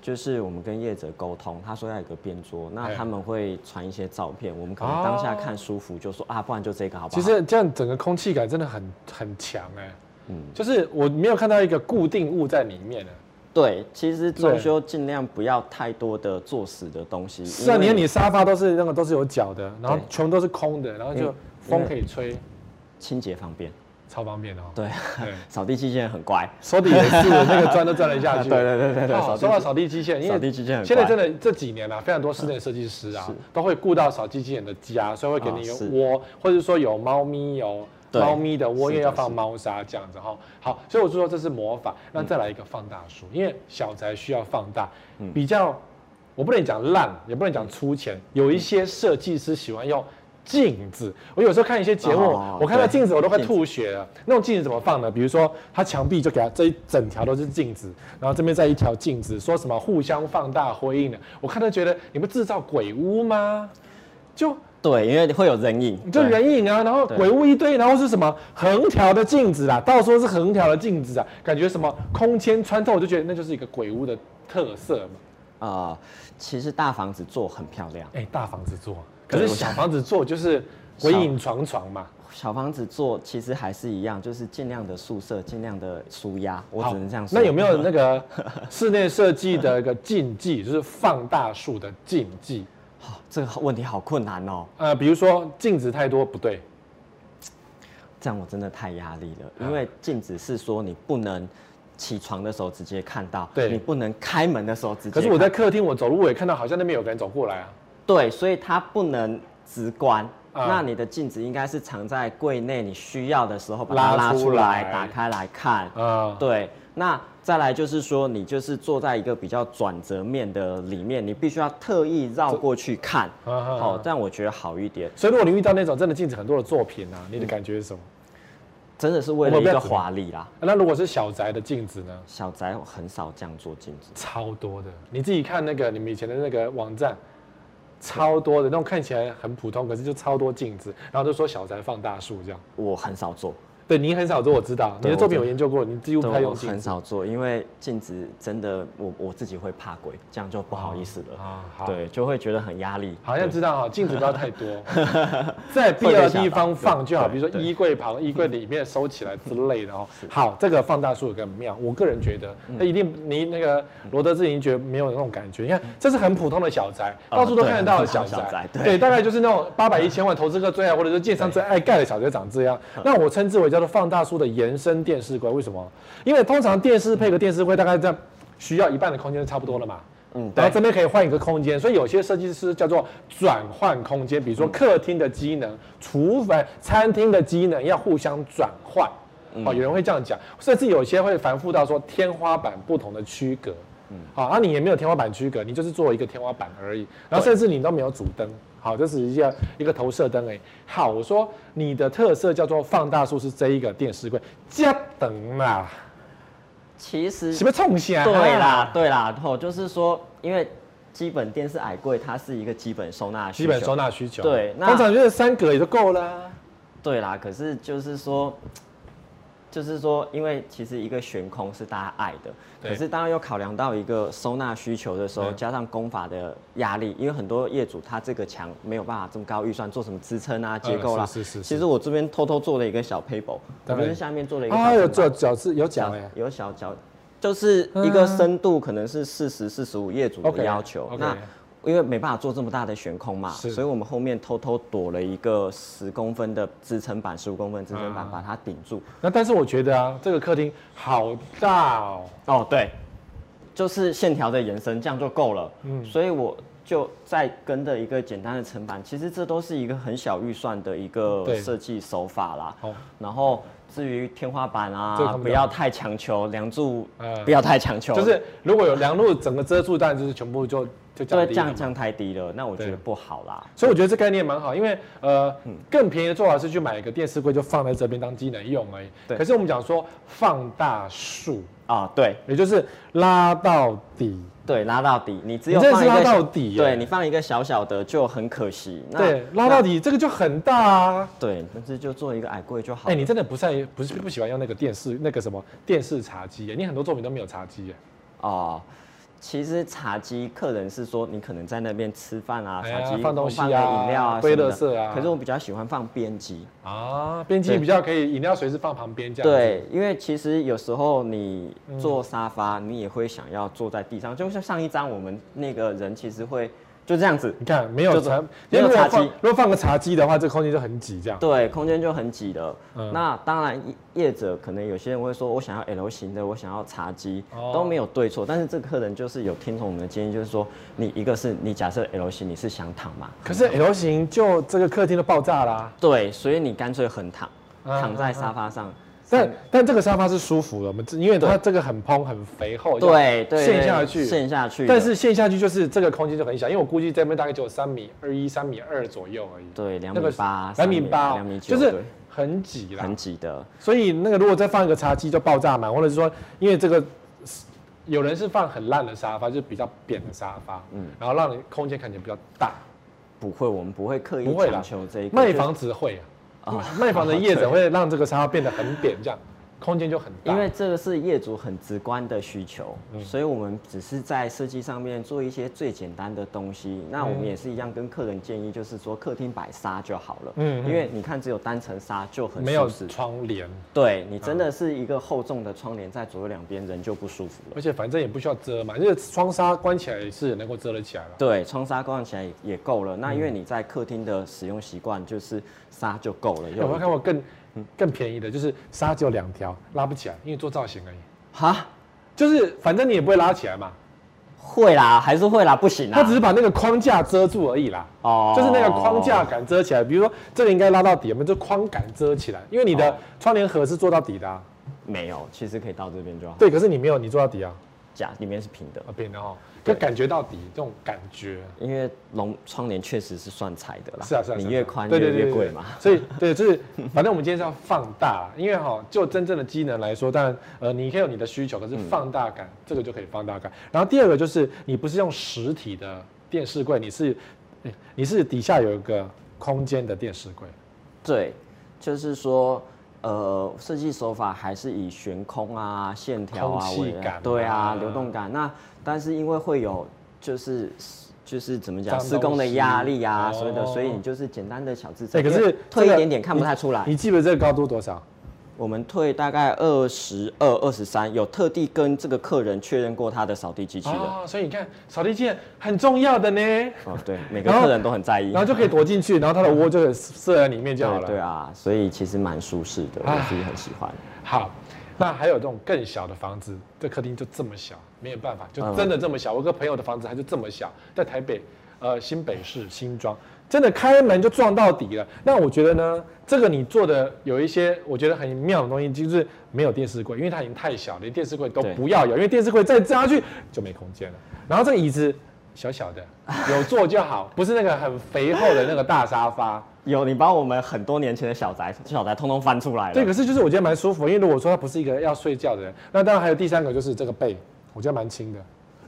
Speaker 2: 就是我们跟业者沟通，他说要有个边桌，那
Speaker 1: 嘿
Speaker 2: 他们会传一些照片，我们可
Speaker 1: 哦
Speaker 2: 能当下看舒服就说啊，不然就这个好不好？
Speaker 1: 其实这样整个空气感真的很很强哎、
Speaker 2: 嗯
Speaker 1: 就是我没有看到一个固定物在里面呢、
Speaker 2: 对，其实装
Speaker 1: 对
Speaker 2: 修尽量不要太多的作死的东西，
Speaker 1: 是啊，
Speaker 2: 因为
Speaker 1: 连你沙发都是那个都是有脚的，然后
Speaker 2: 对
Speaker 1: 全部都是空的，然后
Speaker 2: 因
Speaker 1: 就
Speaker 2: 为
Speaker 1: 风可以吹，
Speaker 2: 清洁方便，
Speaker 1: 超方便哦。
Speaker 2: 对，
Speaker 1: 对，
Speaker 2: 扫地机器人很乖，
Speaker 1: 手底也是那个砖都钻得下去。
Speaker 2: 对对对对对
Speaker 1: 哦
Speaker 2: 扫地
Speaker 1: 说到扫地机器人，因为
Speaker 2: 扫地机器人很
Speaker 1: 现在
Speaker 2: 乖
Speaker 1: 真的这几年啊，非常多室内设计师啊
Speaker 2: 是，
Speaker 1: 都会顾到扫地机器人的家，所以会给你一
Speaker 2: 啊
Speaker 1: 个
Speaker 2: 是
Speaker 1: 窝，或者说有猫咪有。
Speaker 2: 对
Speaker 1: 猫咪的窝
Speaker 2: 是
Speaker 1: 因为
Speaker 2: 的
Speaker 1: 要放
Speaker 2: 是
Speaker 1: 猫砂这样子哈，好，所以我就说这是魔法，那再来一个放大术，因为小宅需要放大，
Speaker 2: 嗯
Speaker 1: 比较我不能讲烂，也不能讲粗浅，有一些设计师喜欢用镜子，我有时候看一些节目，
Speaker 2: 哦
Speaker 1: 我看到
Speaker 2: 对
Speaker 1: 镜子我都快
Speaker 2: 镜子
Speaker 1: 吐血了。那种镜子怎么放呢？比如说，它墙壁就给它这一整条都是镜子，然后这边再一条镜子，说什么互相放大辉映的，我看到觉得你们制造鬼屋吗？就
Speaker 2: 对，因为会有人影，
Speaker 1: 就
Speaker 2: 对
Speaker 1: 人影啊，然后
Speaker 2: 对
Speaker 1: 鬼屋一堆，然后是什么横条的镜子啦，到处都是横条的镜子啊，感觉什么空间穿透，我就觉得那就是一个鬼屋的特色嘛。
Speaker 2: 啊、其实大房子做很漂亮，
Speaker 1: 哎、大房子做，可
Speaker 2: 对
Speaker 1: 是
Speaker 2: 我
Speaker 1: 小房子做就是鬼影床床嘛。
Speaker 2: 小房子做其实还是一样，就是尽量的宿舍，尽量的舒压，我
Speaker 1: 好
Speaker 2: 只能这样说。
Speaker 1: 那有没有那个 室内设计的一个禁忌，就是放大数的禁忌？
Speaker 2: 好、这个问题好困难哦，
Speaker 1: 呃，比如说镜子太多不对，
Speaker 2: 这样我真的太压力了，因为禁止是说你不能起床的时候直接看到，
Speaker 1: 对
Speaker 2: 你不能开门的时候直接
Speaker 1: 可
Speaker 2: 看。
Speaker 1: 是我在客厅我走路我也看到好像那边有个人走过来啊。
Speaker 2: 对，所以它不能直观。
Speaker 1: 啊
Speaker 2: 那你的镜子应该是藏在柜内，你需要的时候把
Speaker 1: 拉
Speaker 2: 它拉
Speaker 1: 出
Speaker 2: 出来，
Speaker 1: 来
Speaker 2: 打开来看。
Speaker 1: 啊、
Speaker 2: 对，那再来就是说，你就是坐在一个比较转折面的里面，你必须要特意绕过去看，
Speaker 1: 啊啊啊
Speaker 2: 好、这样我觉得好一点。
Speaker 1: 所以如果你遇到那种真的镜子很多的作品
Speaker 2: 嗯
Speaker 1: 啊，你的感觉是什么？
Speaker 2: 真的是
Speaker 1: 我
Speaker 2: 为了
Speaker 1: 们
Speaker 2: 一
Speaker 1: 不要
Speaker 2: 个
Speaker 1: 指名
Speaker 2: 华丽啦，
Speaker 1: 那如果是小宅的镜子呢？
Speaker 2: 小宅我很少这样做镜子，
Speaker 1: 超多的，你自己看那个你们以前的那个网站，超多的那种看起来很普通，可是就超多镜子，然后就说小宅放大数这样。
Speaker 2: 我很少做，
Speaker 1: 对，你很少做，我知道，你的
Speaker 2: 对我
Speaker 1: 作品
Speaker 2: 知
Speaker 1: 我研究过，你几乎
Speaker 2: 对
Speaker 1: 不太
Speaker 2: 我
Speaker 1: 用镜
Speaker 2: 很
Speaker 1: 子。
Speaker 2: 少做，因为镜子真的我我自己会怕鬼，这样就不好意思了，
Speaker 1: 啊，好。
Speaker 2: 对，就会觉得很压力。
Speaker 1: 好像
Speaker 2: 对
Speaker 1: 知道哈，镜子不要太 多，在必要的地方放就好，
Speaker 2: 对
Speaker 1: 比如说
Speaker 2: 对
Speaker 1: 衣柜旁、衣柜里面收起来之类 的哦。好，这个放大术有个妙，我个人觉得，
Speaker 2: 嗯
Speaker 1: 那一定你那个罗德志已经觉得没有那种感觉。你
Speaker 2: 嗯
Speaker 1: 看，这是很普通的小宅，
Speaker 2: 哦
Speaker 1: 到处都
Speaker 2: 对
Speaker 1: 看得到的
Speaker 2: 很
Speaker 1: 小
Speaker 2: 小小
Speaker 1: 宅
Speaker 2: 宅，对
Speaker 1: 对，大概就是那种八百一千万投资客最爱，或者是建商最爱盖的小宅长这样。
Speaker 2: 嗯
Speaker 1: 那我称之为叫做放大术的延伸电视柜，为什么？因为通常电视配个电视柜，大概在需要一半的空间就差不多了嘛。
Speaker 2: 嗯，
Speaker 1: 然后
Speaker 2: 对，
Speaker 1: 这边可以换一个空间，所以有些设计师叫做转换空间，比如说
Speaker 2: 嗯
Speaker 1: 客厅的机能、厨房、餐厅的机能要互相转换。
Speaker 2: 嗯
Speaker 1: 哦，有人会这样讲，甚至有些会繁复到说天花板不同的区隔。嗯，好、那、你也没有天花板区隔，你就是做一个天花板而已，然后甚至你都没有主灯。好，这是一个一个投射灯哎。好，我说你的特色叫做放大术是这一个电视柜，加等啦，
Speaker 2: 其实
Speaker 1: 什么冲下、
Speaker 2: 对
Speaker 1: 啊
Speaker 2: 啦，，对啦，然后就是说，因为基本电视矮柜它是一个基本收纳需
Speaker 1: 基
Speaker 2: 求，
Speaker 1: 本收纳需求。
Speaker 2: 对那
Speaker 1: 通常就是三格也就够啦、
Speaker 2: 对啦，可是就是说，就是说，因为其实一个悬空是大家爱的，
Speaker 1: 对
Speaker 2: 可是当然又考量到一个收纳需求的时候，
Speaker 1: 嗯
Speaker 2: 加上工法的压力，因为很多业主他这个墙没有办法这么高预算做什么支撑啊、结构啦、
Speaker 1: 呃是是是是
Speaker 2: 其实我这边偷偷做了一个小 paper，我
Speaker 1: 当然
Speaker 2: 就是下面做了一个小
Speaker 1: 啊，有
Speaker 2: 平板
Speaker 1: 脚脚是有讲
Speaker 2: 小
Speaker 1: 哎，嗯
Speaker 2: 有小角，就是一个深度可能是四十、四十五业主的要求。
Speaker 1: OK，OK
Speaker 2: 那因为没办法做这么大的悬空嘛，
Speaker 1: 是
Speaker 2: 所以我们后面偷偷躲了一个十公分的支撑板、十五公分支撑板，
Speaker 1: 嗯
Speaker 2: 把它顶住。
Speaker 1: 那但是我觉得啊，这个客厅好大哦，
Speaker 2: 哦，对，就是线条的延伸，这样就够了。嗯，所以我就再跟的一个简单的层板，其实这都是一个很小预算的一个
Speaker 1: 对
Speaker 2: 设计手法啦
Speaker 1: 好。
Speaker 2: 然后至于天花板
Speaker 1: 这个看
Speaker 2: 啊，
Speaker 1: 不
Speaker 2: 不
Speaker 1: 了
Speaker 2: 要太强求，梁柱
Speaker 1: 嗯
Speaker 2: 不要太强求，
Speaker 1: 就是如果有梁路整个遮住，当然就是全部就就降
Speaker 2: 对
Speaker 1: 低
Speaker 2: 这
Speaker 1: 了
Speaker 2: 样
Speaker 1: 嘛
Speaker 2: 这样太低了，那我觉
Speaker 1: 对
Speaker 2: 得不好啦。
Speaker 1: 所以我觉得这概念蛮好，因为呃，
Speaker 2: 嗯
Speaker 1: 更便宜的做法是去买一个电视柜，就放在这边当机能用而已。
Speaker 2: 对
Speaker 1: 可是我们讲说放大数，
Speaker 2: 啊，对
Speaker 1: 也就是拉到底，
Speaker 2: 对，拉到底，你只
Speaker 1: 你
Speaker 2: 有
Speaker 1: 真的
Speaker 2: 放
Speaker 1: 是
Speaker 2: 一个
Speaker 1: 拉
Speaker 2: 小
Speaker 1: 到底耶。
Speaker 2: 对你放一个小小的就很可惜。那
Speaker 1: 对，拉到底这个就很大啊。
Speaker 2: 对，但是就做一个矮柜就好
Speaker 1: 哎、
Speaker 2: 了。
Speaker 1: 你真的不在不是不喜欢用那个电视那个什么电视茶几耶？你很多作品都没有茶几耶。
Speaker 2: 哦，其实茶几客人是说你可能在那边吃饭啊，
Speaker 1: 哎呀
Speaker 2: 茶几
Speaker 1: 放东西啊
Speaker 2: 个饮料啊，
Speaker 1: 堆
Speaker 2: 什么
Speaker 1: 垃圾啊
Speaker 2: 的。可是我比较喜欢放边机，
Speaker 1: 啊，边机
Speaker 2: 对
Speaker 1: 比较可以，饮料随时放旁边这样子。嗯
Speaker 2: 对，因为其实有时候你坐沙发，你也会想要坐在地上，就像上一张我们那个人其实会就这样子，
Speaker 1: 你看没有
Speaker 2: 就是
Speaker 1: 茶，
Speaker 2: 没
Speaker 1: 因为
Speaker 2: 有
Speaker 1: 如果
Speaker 2: 茶几
Speaker 1: 放如果放个茶几的话，这个空间就很挤这样。
Speaker 2: 对，空间就很挤了。
Speaker 1: 嗯
Speaker 2: 那当然，业业者可能有些人会说，我想要 L 型的，我想要茶几，
Speaker 1: 哦
Speaker 2: 都没有对错。但是这个客人就是有听从我们的建议，就是说，你一个是你假设 L 型你是想躺嘛，
Speaker 1: 可是 L 型就这个客厅都爆炸啦、
Speaker 2: 对，所以你干脆横躺，
Speaker 1: 嗯
Speaker 2: 躺在沙发上。
Speaker 1: 但但这个沙发是舒服的，我们这因为它这个很蓬很肥厚，
Speaker 2: 对对，
Speaker 1: 陷
Speaker 2: 对
Speaker 1: 下去，
Speaker 2: 陷下去的。
Speaker 1: 但是陷下去就是这个空间就很小，因为我估计这边大概只有三米二一、三米二左右而已，
Speaker 2: 对两
Speaker 1: 那
Speaker 2: 米
Speaker 1: 个
Speaker 2: 八、
Speaker 1: 两
Speaker 2: 三
Speaker 1: 米八哦，
Speaker 2: 两米九，
Speaker 1: 就是
Speaker 2: 对
Speaker 1: 很挤啦
Speaker 2: 很。挤的。
Speaker 1: 所以那个如果再放一个茶几就爆炸满，或者是说因为这个有人是放很烂的沙发，就是比较扁的沙发，嗯，然后让你空间看起来比较大。
Speaker 2: 不会，我们不会刻意
Speaker 1: 不会啦
Speaker 2: 强求这一个。
Speaker 1: 卖
Speaker 2: 就是
Speaker 1: 房子会啊，卖房的业者会让这个沙发变得很扁，这样空间就很大。嗯
Speaker 2: 因为这个是业主很直观的需求，所以我们只是在设计上面做一些最简单的东西。那
Speaker 1: 嗯
Speaker 2: 我们也是一样跟客人建议，就是说客厅摆沙就好了。
Speaker 1: 嗯
Speaker 2: 嗯，因为你看只有单层纱就很
Speaker 1: 没有嗯
Speaker 2: 舒适。
Speaker 1: 窗帘，
Speaker 2: 对你真的是一个厚重的窗帘在左右两边，人就不舒服了。
Speaker 1: 而且反正也不需要遮嘛，因为窗纱关起来也是能够遮得起来了。
Speaker 2: 对，窗纱挂起来也也够了。那因
Speaker 1: 嗯
Speaker 2: 为你在客厅的使用习惯就是纱就够了。
Speaker 1: 有没有
Speaker 2: 有嗯
Speaker 1: 看过更更便宜的？就是纱只有两条，拉不起来，因为做造型而已。
Speaker 2: 哈
Speaker 1: 就是反正你也不会拉起来嘛，
Speaker 2: 会啦，还是会啦，不行
Speaker 1: 它
Speaker 2: 啦
Speaker 1: 只。是把那个框架遮住而已啦。
Speaker 2: 哦
Speaker 1: 就是那个框架感遮起来，比如说这个应该拉到底，我们就框杆遮起来，因为你的
Speaker 2: 哦
Speaker 1: 窗帘盒是做到底的、啊，
Speaker 2: 没有，其实可以到这边就好。
Speaker 1: 对，可是你没有，你做到底啊，
Speaker 2: 假里面是平的
Speaker 1: 啊。扁的哈，就感觉到底这种感觉。
Speaker 2: 因为笼窗帘确实是算裁的啦，
Speaker 1: 是啊是啊，是啊
Speaker 2: 你越宽
Speaker 1: 对
Speaker 2: 越
Speaker 1: 对对
Speaker 2: 越
Speaker 1: 对
Speaker 2: 贵嘛。
Speaker 1: 所以对，就是反正我们今天是要放大，因为哈，就真正的机能来说，当然呃，你可以有你的需求，可是
Speaker 2: 嗯
Speaker 1: 放大感、这个就可以放大感。然后第二个就是你不是用实体的电视柜，你是哎你是底下有一个空间的电视柜，
Speaker 2: 对，就是说，呃，设计手法还是以悬空啊、线条啊
Speaker 1: 空气
Speaker 2: 为
Speaker 1: 感啊
Speaker 2: 对啊，流动感。那但是因为会有就是就是怎么讲
Speaker 1: 脏
Speaker 2: 施工的
Speaker 1: 东西
Speaker 2: 压力啊，
Speaker 1: 哦
Speaker 2: 所以的，所以你就是简单的小制
Speaker 1: 哎
Speaker 2: 裁。
Speaker 1: 可
Speaker 2: 因为
Speaker 1: 是
Speaker 2: 退
Speaker 1: 这
Speaker 2: 一
Speaker 1: 个
Speaker 2: 点点看不太出来，
Speaker 1: 你记得这个高度多少？
Speaker 2: 我们退大概二十二、二十三，有特地跟这个客人确认过他的扫地机器人。
Speaker 1: 哦，所以你看扫地机很重要的呢，
Speaker 2: 哦，对，每个
Speaker 1: 然后
Speaker 2: 客人都很在意。
Speaker 1: 然后就可以躲进去，然后它的窝就可以设在里面就好
Speaker 2: 对
Speaker 1: 了。
Speaker 2: 对啊，所以其实蛮舒适的，我自己很喜欢。
Speaker 1: 好，那还有这种更小的房子，这客厅就这么小，没有办法，就
Speaker 2: 嗯
Speaker 1: 真的这么小。我有个朋友的房子，他就这么小，在台北，呃，新北市新庄，真的开门就撞到底了。那我觉得呢，这个你做的有一些我觉得很妙的东西，就是没有电视柜，因为它已经太小，连电视柜都
Speaker 2: 对
Speaker 1: 不要有，因为电视柜再扎下去就没空间了。然后这个椅子小小的，有坐就好，不是那个很肥厚的那个大沙发。
Speaker 2: 有你把我们很多年前的小宅、小宅通通翻出来
Speaker 1: 对，
Speaker 2: 了。
Speaker 1: 可是就是我觉得蛮舒服，因为如果说他不是一个要睡觉的人，那当然还有第三个就是这个背，我觉得蛮轻的，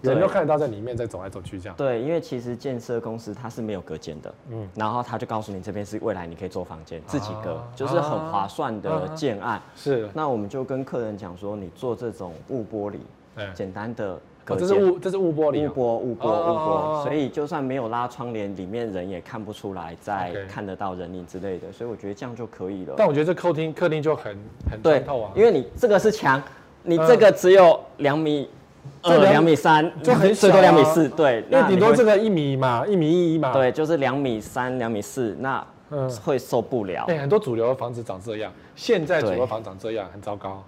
Speaker 1: 人
Speaker 2: 对
Speaker 1: 都看得到在里面在走来走去这样。
Speaker 2: 对，因为其实建设公司它是没有隔间的，嗯，然后他就告诉你这边是未来你可以做房
Speaker 1: 啊
Speaker 2: 间，自己隔，就是很划算的建案。
Speaker 1: 是，
Speaker 2: 那我们就跟客人讲说，你做这种雾玻璃，
Speaker 1: 哎、
Speaker 2: 简单的
Speaker 1: 哦
Speaker 2: 隔
Speaker 1: 这是
Speaker 2: 间。
Speaker 1: 雾，这是雾玻璃、
Speaker 2: 雾
Speaker 1: 哦。
Speaker 2: 玻雾
Speaker 1: 哦
Speaker 2: 玻
Speaker 1: 哦
Speaker 2: 雾
Speaker 1: 哦哦
Speaker 2: 玻，所以就算没有拉窗帘，里面人也看不出来，在
Speaker 1: OK
Speaker 2: 看得到人影之类的，所以我觉得这样就可以了。
Speaker 1: 但我觉得这客厅客厅就很很
Speaker 2: 对
Speaker 1: 穿透啊，，
Speaker 2: 因为你这个是墙，你这个只有两米
Speaker 1: 这
Speaker 2: 二、
Speaker 1: 两
Speaker 2: 两米三，
Speaker 1: 嗯就很小啊
Speaker 2: 最多两米四，对，
Speaker 1: 因为顶多
Speaker 2: 你会
Speaker 1: 这个一米嘛，一米一嘛。。
Speaker 2: 对，就是两米三、两米四，那
Speaker 1: 嗯
Speaker 2: 会受不了
Speaker 1: 哎、。很多主流的房子长这样，现在主流
Speaker 2: 对
Speaker 1: 房长这样，很糟糕。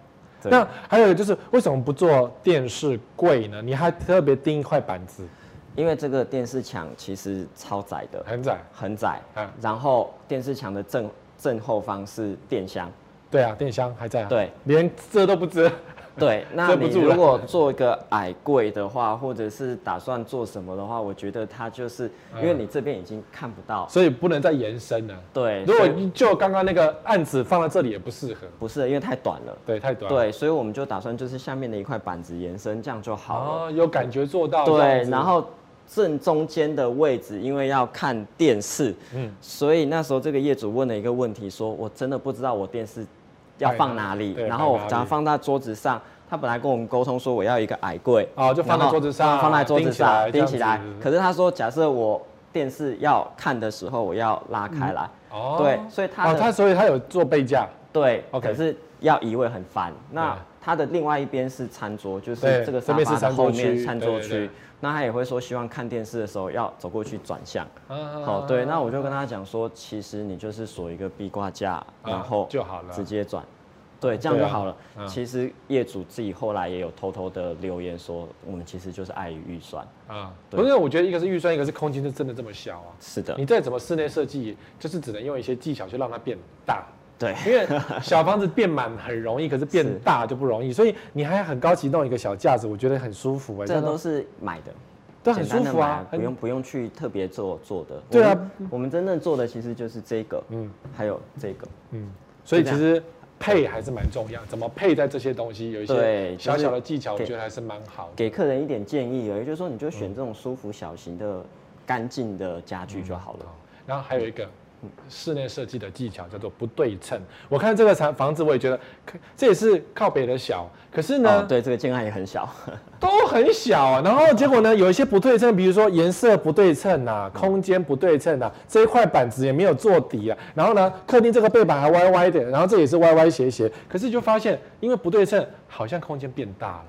Speaker 2: 对
Speaker 1: 那还有就是，为什么不做电视柜呢？你还特别钉一块板子，
Speaker 2: 因为这个电视墙其实超窄的，
Speaker 1: 很窄。
Speaker 2: 很窄
Speaker 1: 嗯。
Speaker 2: 然后电视墙的正正后方是电箱，
Speaker 1: 对啊，电箱还在啊。
Speaker 2: 对，
Speaker 1: 连遮都不遮。
Speaker 2: 对，
Speaker 1: 嗯
Speaker 2: 那
Speaker 1: 遮不
Speaker 2: 你
Speaker 1: 住了
Speaker 2: 如果做一个矮柜的话，或者是打算做什么的话，我觉得它就是因为你这边已经看不到，
Speaker 1: 所以不能再延伸了。嗯
Speaker 2: 对，
Speaker 1: 如果
Speaker 2: 所以
Speaker 1: 就刚刚那个案子放在这里也不适合，
Speaker 2: 不是因为太短了，
Speaker 1: 对，太短。，
Speaker 2: 对，所以我们就打算就是下面的一块板子延伸，这样就好了。
Speaker 1: 哦，有感觉做到。这样
Speaker 2: 对，
Speaker 1: 子
Speaker 2: 然后正中间的位置，因为要看电视，
Speaker 1: 嗯
Speaker 2: 所以那时候这个业主问了一个问题，说我真的不知道我电视要放哪里，
Speaker 1: 摆哪里
Speaker 2: 然后我
Speaker 1: 对摆哪里
Speaker 2: 只要放在桌子上。他本来跟我们沟通说我要一个矮柜，
Speaker 1: 哦就放在
Speaker 2: 然后
Speaker 1: 桌子上
Speaker 2: 放在桌子上
Speaker 1: 钉
Speaker 2: 钉
Speaker 1: 起
Speaker 2: 起
Speaker 1: 来
Speaker 2: 来
Speaker 1: 这样子。
Speaker 2: 可是他说，假设我电视要看的时候，我要拉开来，
Speaker 1: 哦
Speaker 2: 对所以它
Speaker 1: 哦
Speaker 2: 的
Speaker 1: 它所以它有做背架，
Speaker 2: 对
Speaker 1: OK
Speaker 2: 可是要移位很烦。那
Speaker 1: 对
Speaker 2: 它的另外一边是餐桌，就
Speaker 1: 对
Speaker 2: 是这个
Speaker 1: 这
Speaker 2: 沙
Speaker 1: 边是
Speaker 2: 发的
Speaker 1: 餐桌
Speaker 2: 后
Speaker 1: 区
Speaker 2: 面餐桌
Speaker 1: 对对
Speaker 2: 区
Speaker 1: 对。
Speaker 2: 那他也会说希望看电视的时候要走过去转向。
Speaker 1: 好
Speaker 2: 哦，对，那我就跟他讲说，其实你就是锁一个壁挂架，然后
Speaker 1: 啊就好了
Speaker 2: 直接转。对，这样就好了
Speaker 1: 对啊嗯。
Speaker 2: 其实业主自己后来也有偷偷的留言说，我们其实就是碍于预算。
Speaker 1: 啊，
Speaker 2: 对
Speaker 1: 不是，我觉得一个是预算，一个是空间，是真的这么小啊。
Speaker 2: 是的
Speaker 1: 你，再怎么室内设计，就是只能用一些技巧去让它变大，
Speaker 2: 对，
Speaker 1: 因为小房子变满很容易，可是变
Speaker 2: 是
Speaker 1: 大就不容易，所以你还很高级弄一个小架子，我觉得很舒服哎、
Speaker 2: 这
Speaker 1: 样
Speaker 2: 都是买的。
Speaker 1: 对
Speaker 2: 简
Speaker 1: 很
Speaker 2: 单
Speaker 1: 舒
Speaker 2: 的
Speaker 1: 服啊
Speaker 2: 买，
Speaker 1: 很
Speaker 2: 不用不用去特别做做的。
Speaker 1: 对啊
Speaker 2: 我们，我们真正做的其实就是这个，
Speaker 1: 嗯
Speaker 2: 嗯，还有这个，
Speaker 1: 嗯，所以其实配还是蛮重要，怎么配在这些东西，有一些
Speaker 2: 对
Speaker 1: 小小的技巧，我
Speaker 2: 就是
Speaker 1: 觉得还是蛮好的。
Speaker 2: 给客人一点建议而已，就是说你就选这种舒服小型的、干净的家具就好
Speaker 1: 嗯
Speaker 2: 了。哦
Speaker 1: 然后还有一个室内设计的技巧叫做不对称。我看这个房房子，我也觉得可这也是靠北的小，可是呢，
Speaker 2: 哦，对，这个建案也很小，
Speaker 1: 都很小啊，然后结果呢，有一些不对称，比如说颜色不对称啊，
Speaker 2: 嗯
Speaker 1: 空间不对称啊，这一块板子也没有做底啊，然后呢，客厅这个背板还歪歪的，然后这也是歪歪斜斜，可是就发现因为不对称，好像空间变大了。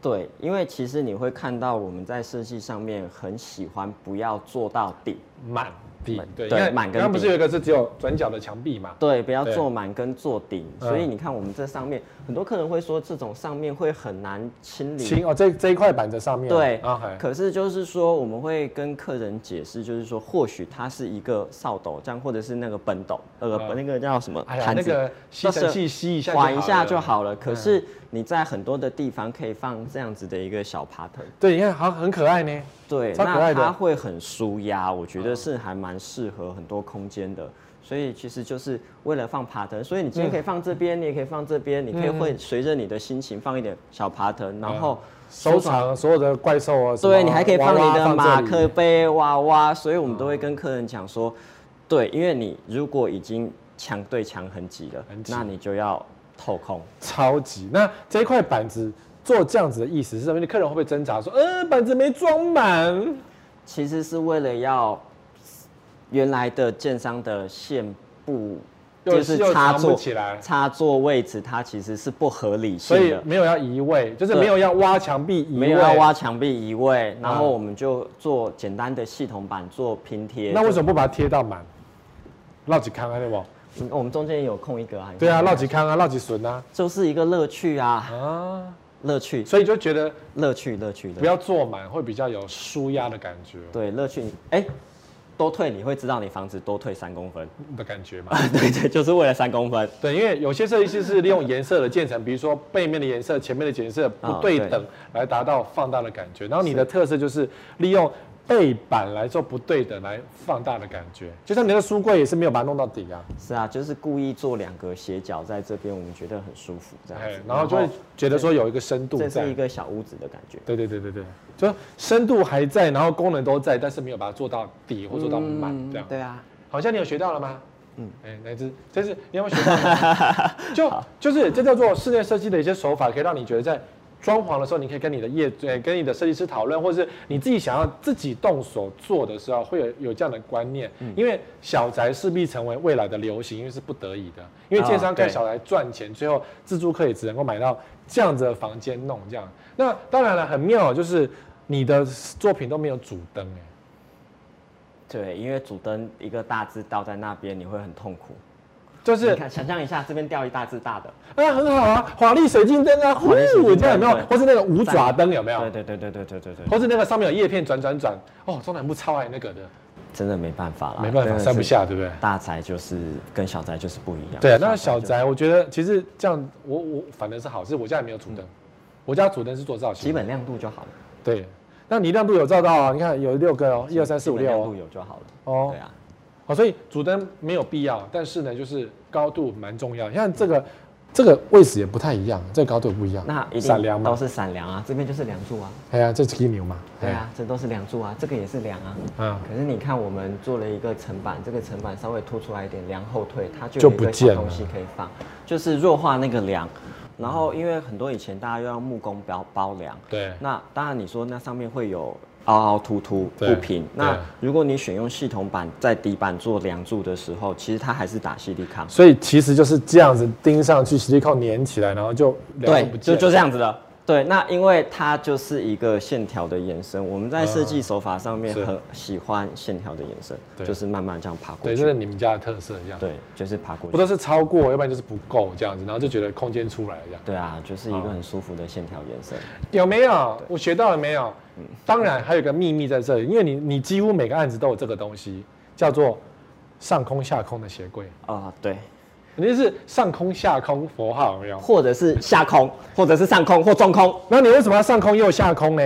Speaker 2: 对，因为其实你会看到我们在设计上面很喜欢不要做到底，
Speaker 1: 满地
Speaker 2: 满
Speaker 1: 对，
Speaker 2: 对
Speaker 1: 因为
Speaker 2: 满跟
Speaker 1: 刚刚不
Speaker 2: 地
Speaker 1: 是有一个是只有转角的墙壁嘛？
Speaker 2: 对，不要
Speaker 1: 对
Speaker 2: 做满跟做顶。
Speaker 1: 嗯
Speaker 2: 所以你看我们这上面，很多客人会说这种上面会很难清理
Speaker 1: 清哦，这这一块板子上面
Speaker 2: 嗯对
Speaker 1: 啊，还
Speaker 2: 可是就是说，我们会跟客人解释，就是说，或许它是一个扫斗，这样或者是那个本斗，呃，
Speaker 1: 嗯
Speaker 2: 那个叫什么
Speaker 1: 哎呀，
Speaker 2: 盘
Speaker 1: 那
Speaker 2: 子，
Speaker 1: 个吸尘器
Speaker 2: 就是
Speaker 1: 吸一下，
Speaker 2: 划一下就。好了。
Speaker 1: 嗯
Speaker 2: 可是你在很多的地方可以放这样子的一个小 pattern，
Speaker 1: 对，你看好像很可爱呢。
Speaker 2: 对，
Speaker 1: 超可爱
Speaker 2: 那
Speaker 1: 的
Speaker 2: 它会很舒压，我觉得是还蛮适合很多空间的。所以其实就是为了放 pattern，所以你今天可以放这
Speaker 1: 嗯
Speaker 2: 边，你也可以放这边，你可以会随着你的心情放一点小 pattern，然
Speaker 1: 嗯
Speaker 2: 后
Speaker 1: 收藏所有的怪兽啊，什么
Speaker 2: 对你还可以放
Speaker 1: 娃
Speaker 2: 你
Speaker 1: 娃
Speaker 2: 的
Speaker 1: 放这
Speaker 2: 马
Speaker 1: 里
Speaker 2: 克杯、娃娃，所以我们都会跟客人讲说，对，因为你如果已经墙对墙很挤了
Speaker 1: 很，挤
Speaker 2: 那你就要透空。
Speaker 1: 超级。那这一块板子做这样子的意思是什么？你客人会不会挣扎说，呃，板子没装满？
Speaker 2: 其实是为了要原来的建商的线布，
Speaker 1: 又
Speaker 2: 就是
Speaker 1: 又
Speaker 2: 插
Speaker 1: 藏不
Speaker 2: 座
Speaker 1: 起来
Speaker 2: 插座位置它其实是不合理
Speaker 1: 所
Speaker 2: 性
Speaker 1: 以
Speaker 2: 的。
Speaker 1: 没有要移位，就是没有要挖墙壁移位，
Speaker 2: 没有要挖。墙壁移位，然后
Speaker 1: 嗯
Speaker 2: 我们就做简单的系统板做拼贴。
Speaker 1: 那为什么不把它贴到满？绕几康啊，对不？
Speaker 2: 嗯我们中间有空一格啊？
Speaker 1: 对啊，绕几康啊，绕几损啊。
Speaker 2: 就是一个乐趣啊，
Speaker 1: 啊，
Speaker 2: 乐趣。
Speaker 1: 所以就觉得
Speaker 2: 乐趣，乐趣，乐
Speaker 1: 不
Speaker 2: 趣
Speaker 1: 要坐满，会比较有舒压的感觉
Speaker 2: 对乐趣。哎、多退你会知道你房子多退三公分，
Speaker 1: 的感觉嘛。
Speaker 2: 对对，就是为了三公分。
Speaker 1: 对，因为有些设计师是利用颜色的渐层，比如说背面的颜色、前面的颜色
Speaker 2: 哦
Speaker 1: 不对等，来达到放大的感觉。然后你的特色就是利用背板来做不对等来放大的感觉，就像你的书柜也是没有把它弄到底啊，
Speaker 2: 是啊，就是故意做两个斜角在这边，我们觉得很舒服这样
Speaker 1: 哎
Speaker 2: 子，。
Speaker 1: 然后就会觉得说有一个深度
Speaker 2: 这
Speaker 1: 在
Speaker 2: 是一。个小屋子的感觉。
Speaker 1: 对对对对对，就深度还在，然后功能都在，但是没有把它做到底或做到满这样。
Speaker 2: 对啊，
Speaker 1: 好像你有学到了吗？嗯，哎、乃至这是你有没有学到 呢？就就是这叫做室内设计的一些手法，可以让你觉得在装潢的时候，你可以跟你的业主、呃跟你的设计师讨论，或是你自己想要自己动手做的时候，会有有这样的观念。
Speaker 2: 嗯
Speaker 1: 因为小宅势必成为未来的流行，因为是不得已的，因为建商
Speaker 2: 啊
Speaker 1: 盖
Speaker 2: 对
Speaker 1: 小宅赚钱，最后自住客也只能够买到这样子的房间弄这样。那当然了，很妙就是你的作品都没有主灯哎、
Speaker 2: 对，因为主灯一个大字倒在那边，你会很痛苦。
Speaker 1: 就是
Speaker 2: 你看，想象一下，这边掉一大只大的，
Speaker 1: 啊，很好啊，华丽水晶灯啊，呼，
Speaker 2: 华丽水晶灯
Speaker 1: 这样有没有？
Speaker 2: 对
Speaker 1: 或是那种五爪灯有没有
Speaker 2: 对？对对对对对对对，
Speaker 1: 或是那个上面有叶片转转转，哦，中南部超爱那个的，
Speaker 2: 真的没办法啦，
Speaker 1: 没办
Speaker 2: 啊真
Speaker 1: 法，
Speaker 2: 的是
Speaker 1: 塞不。下，对不对？
Speaker 2: 大宅就是跟小宅就是不一样。
Speaker 1: 对啊，那小
Speaker 2: 宅
Speaker 1: 宅我觉得其实这样，我我反正是好，是我家也没有主灯，我家主灯是做造
Speaker 2: 嗯基
Speaker 1: 型，
Speaker 2: 本亮度就好了，
Speaker 1: 对。那你亮度有照到啊？你看有六个哦，一二三四五
Speaker 2: 基本
Speaker 1: 六
Speaker 2: 亮
Speaker 1: 哦
Speaker 2: 度，有就好了。
Speaker 1: 哦
Speaker 2: 对啊，
Speaker 1: 好，所以主灯没有必要，但是呢，就是高度蛮重要。你看这个，这个位置也不太一样，这个高度不一样。
Speaker 2: 那一
Speaker 1: 闪亮
Speaker 2: 定
Speaker 1: 嘛
Speaker 2: 都，是闪梁啊，这边就是梁柱啊，
Speaker 1: 哎呀，这是 K 牛嘛，
Speaker 2: 对啊，这都是梁柱啊，这个也是梁啊。
Speaker 1: 哎呀，
Speaker 2: 可是你看，我们做了一个层板，这个层板稍微凸出来一点，梁后退，它就
Speaker 1: 就
Speaker 2: 有一
Speaker 1: 不
Speaker 2: 个
Speaker 1: 见
Speaker 2: 小
Speaker 1: 了
Speaker 2: 东西可以放，就是弱化那个梁。然后因为很多以前大家要用木工包包梁，
Speaker 1: 嗯，对，
Speaker 2: 那当然你说那上面会有凹凹凸凸
Speaker 1: 对
Speaker 2: 不平
Speaker 1: 对。
Speaker 2: 那如果你选用系统板在底板做梁柱的时候，其实它还是打细力康，
Speaker 1: 所以其实就是这样子钉上去，实际扣粘起来，然后就两个
Speaker 2: 对
Speaker 1: 不，
Speaker 2: 就
Speaker 1: 见
Speaker 2: 就
Speaker 1: 了。
Speaker 2: 这样子的。对，那因为它就是一个线条的延伸，我们在设计手法上面
Speaker 1: 啊是
Speaker 2: 很喜欢线条的延伸，
Speaker 1: 对
Speaker 2: 就是慢慢这样爬过
Speaker 1: 对，
Speaker 2: 去。
Speaker 1: 这是你们家的特色，这样。
Speaker 2: 对，就是爬过
Speaker 1: 不
Speaker 2: 去。
Speaker 1: 都是超过，要不然就是不够这样子，然后就觉得空间出来了这样。
Speaker 2: 对啊，就是一个很舒服的线条延伸。
Speaker 1: 有没有？我学到了没有？
Speaker 2: 嗯
Speaker 1: 当然还有一个秘密在这里，因为你你几乎每个案子都有这个东西，叫做上空下空的鞋柜，
Speaker 2: 啊，对，
Speaker 1: 肯定是上空下空佛号有没有？
Speaker 2: 或者是下空，或者是上空或中空。
Speaker 1: 那你为什么要上空又下空呢？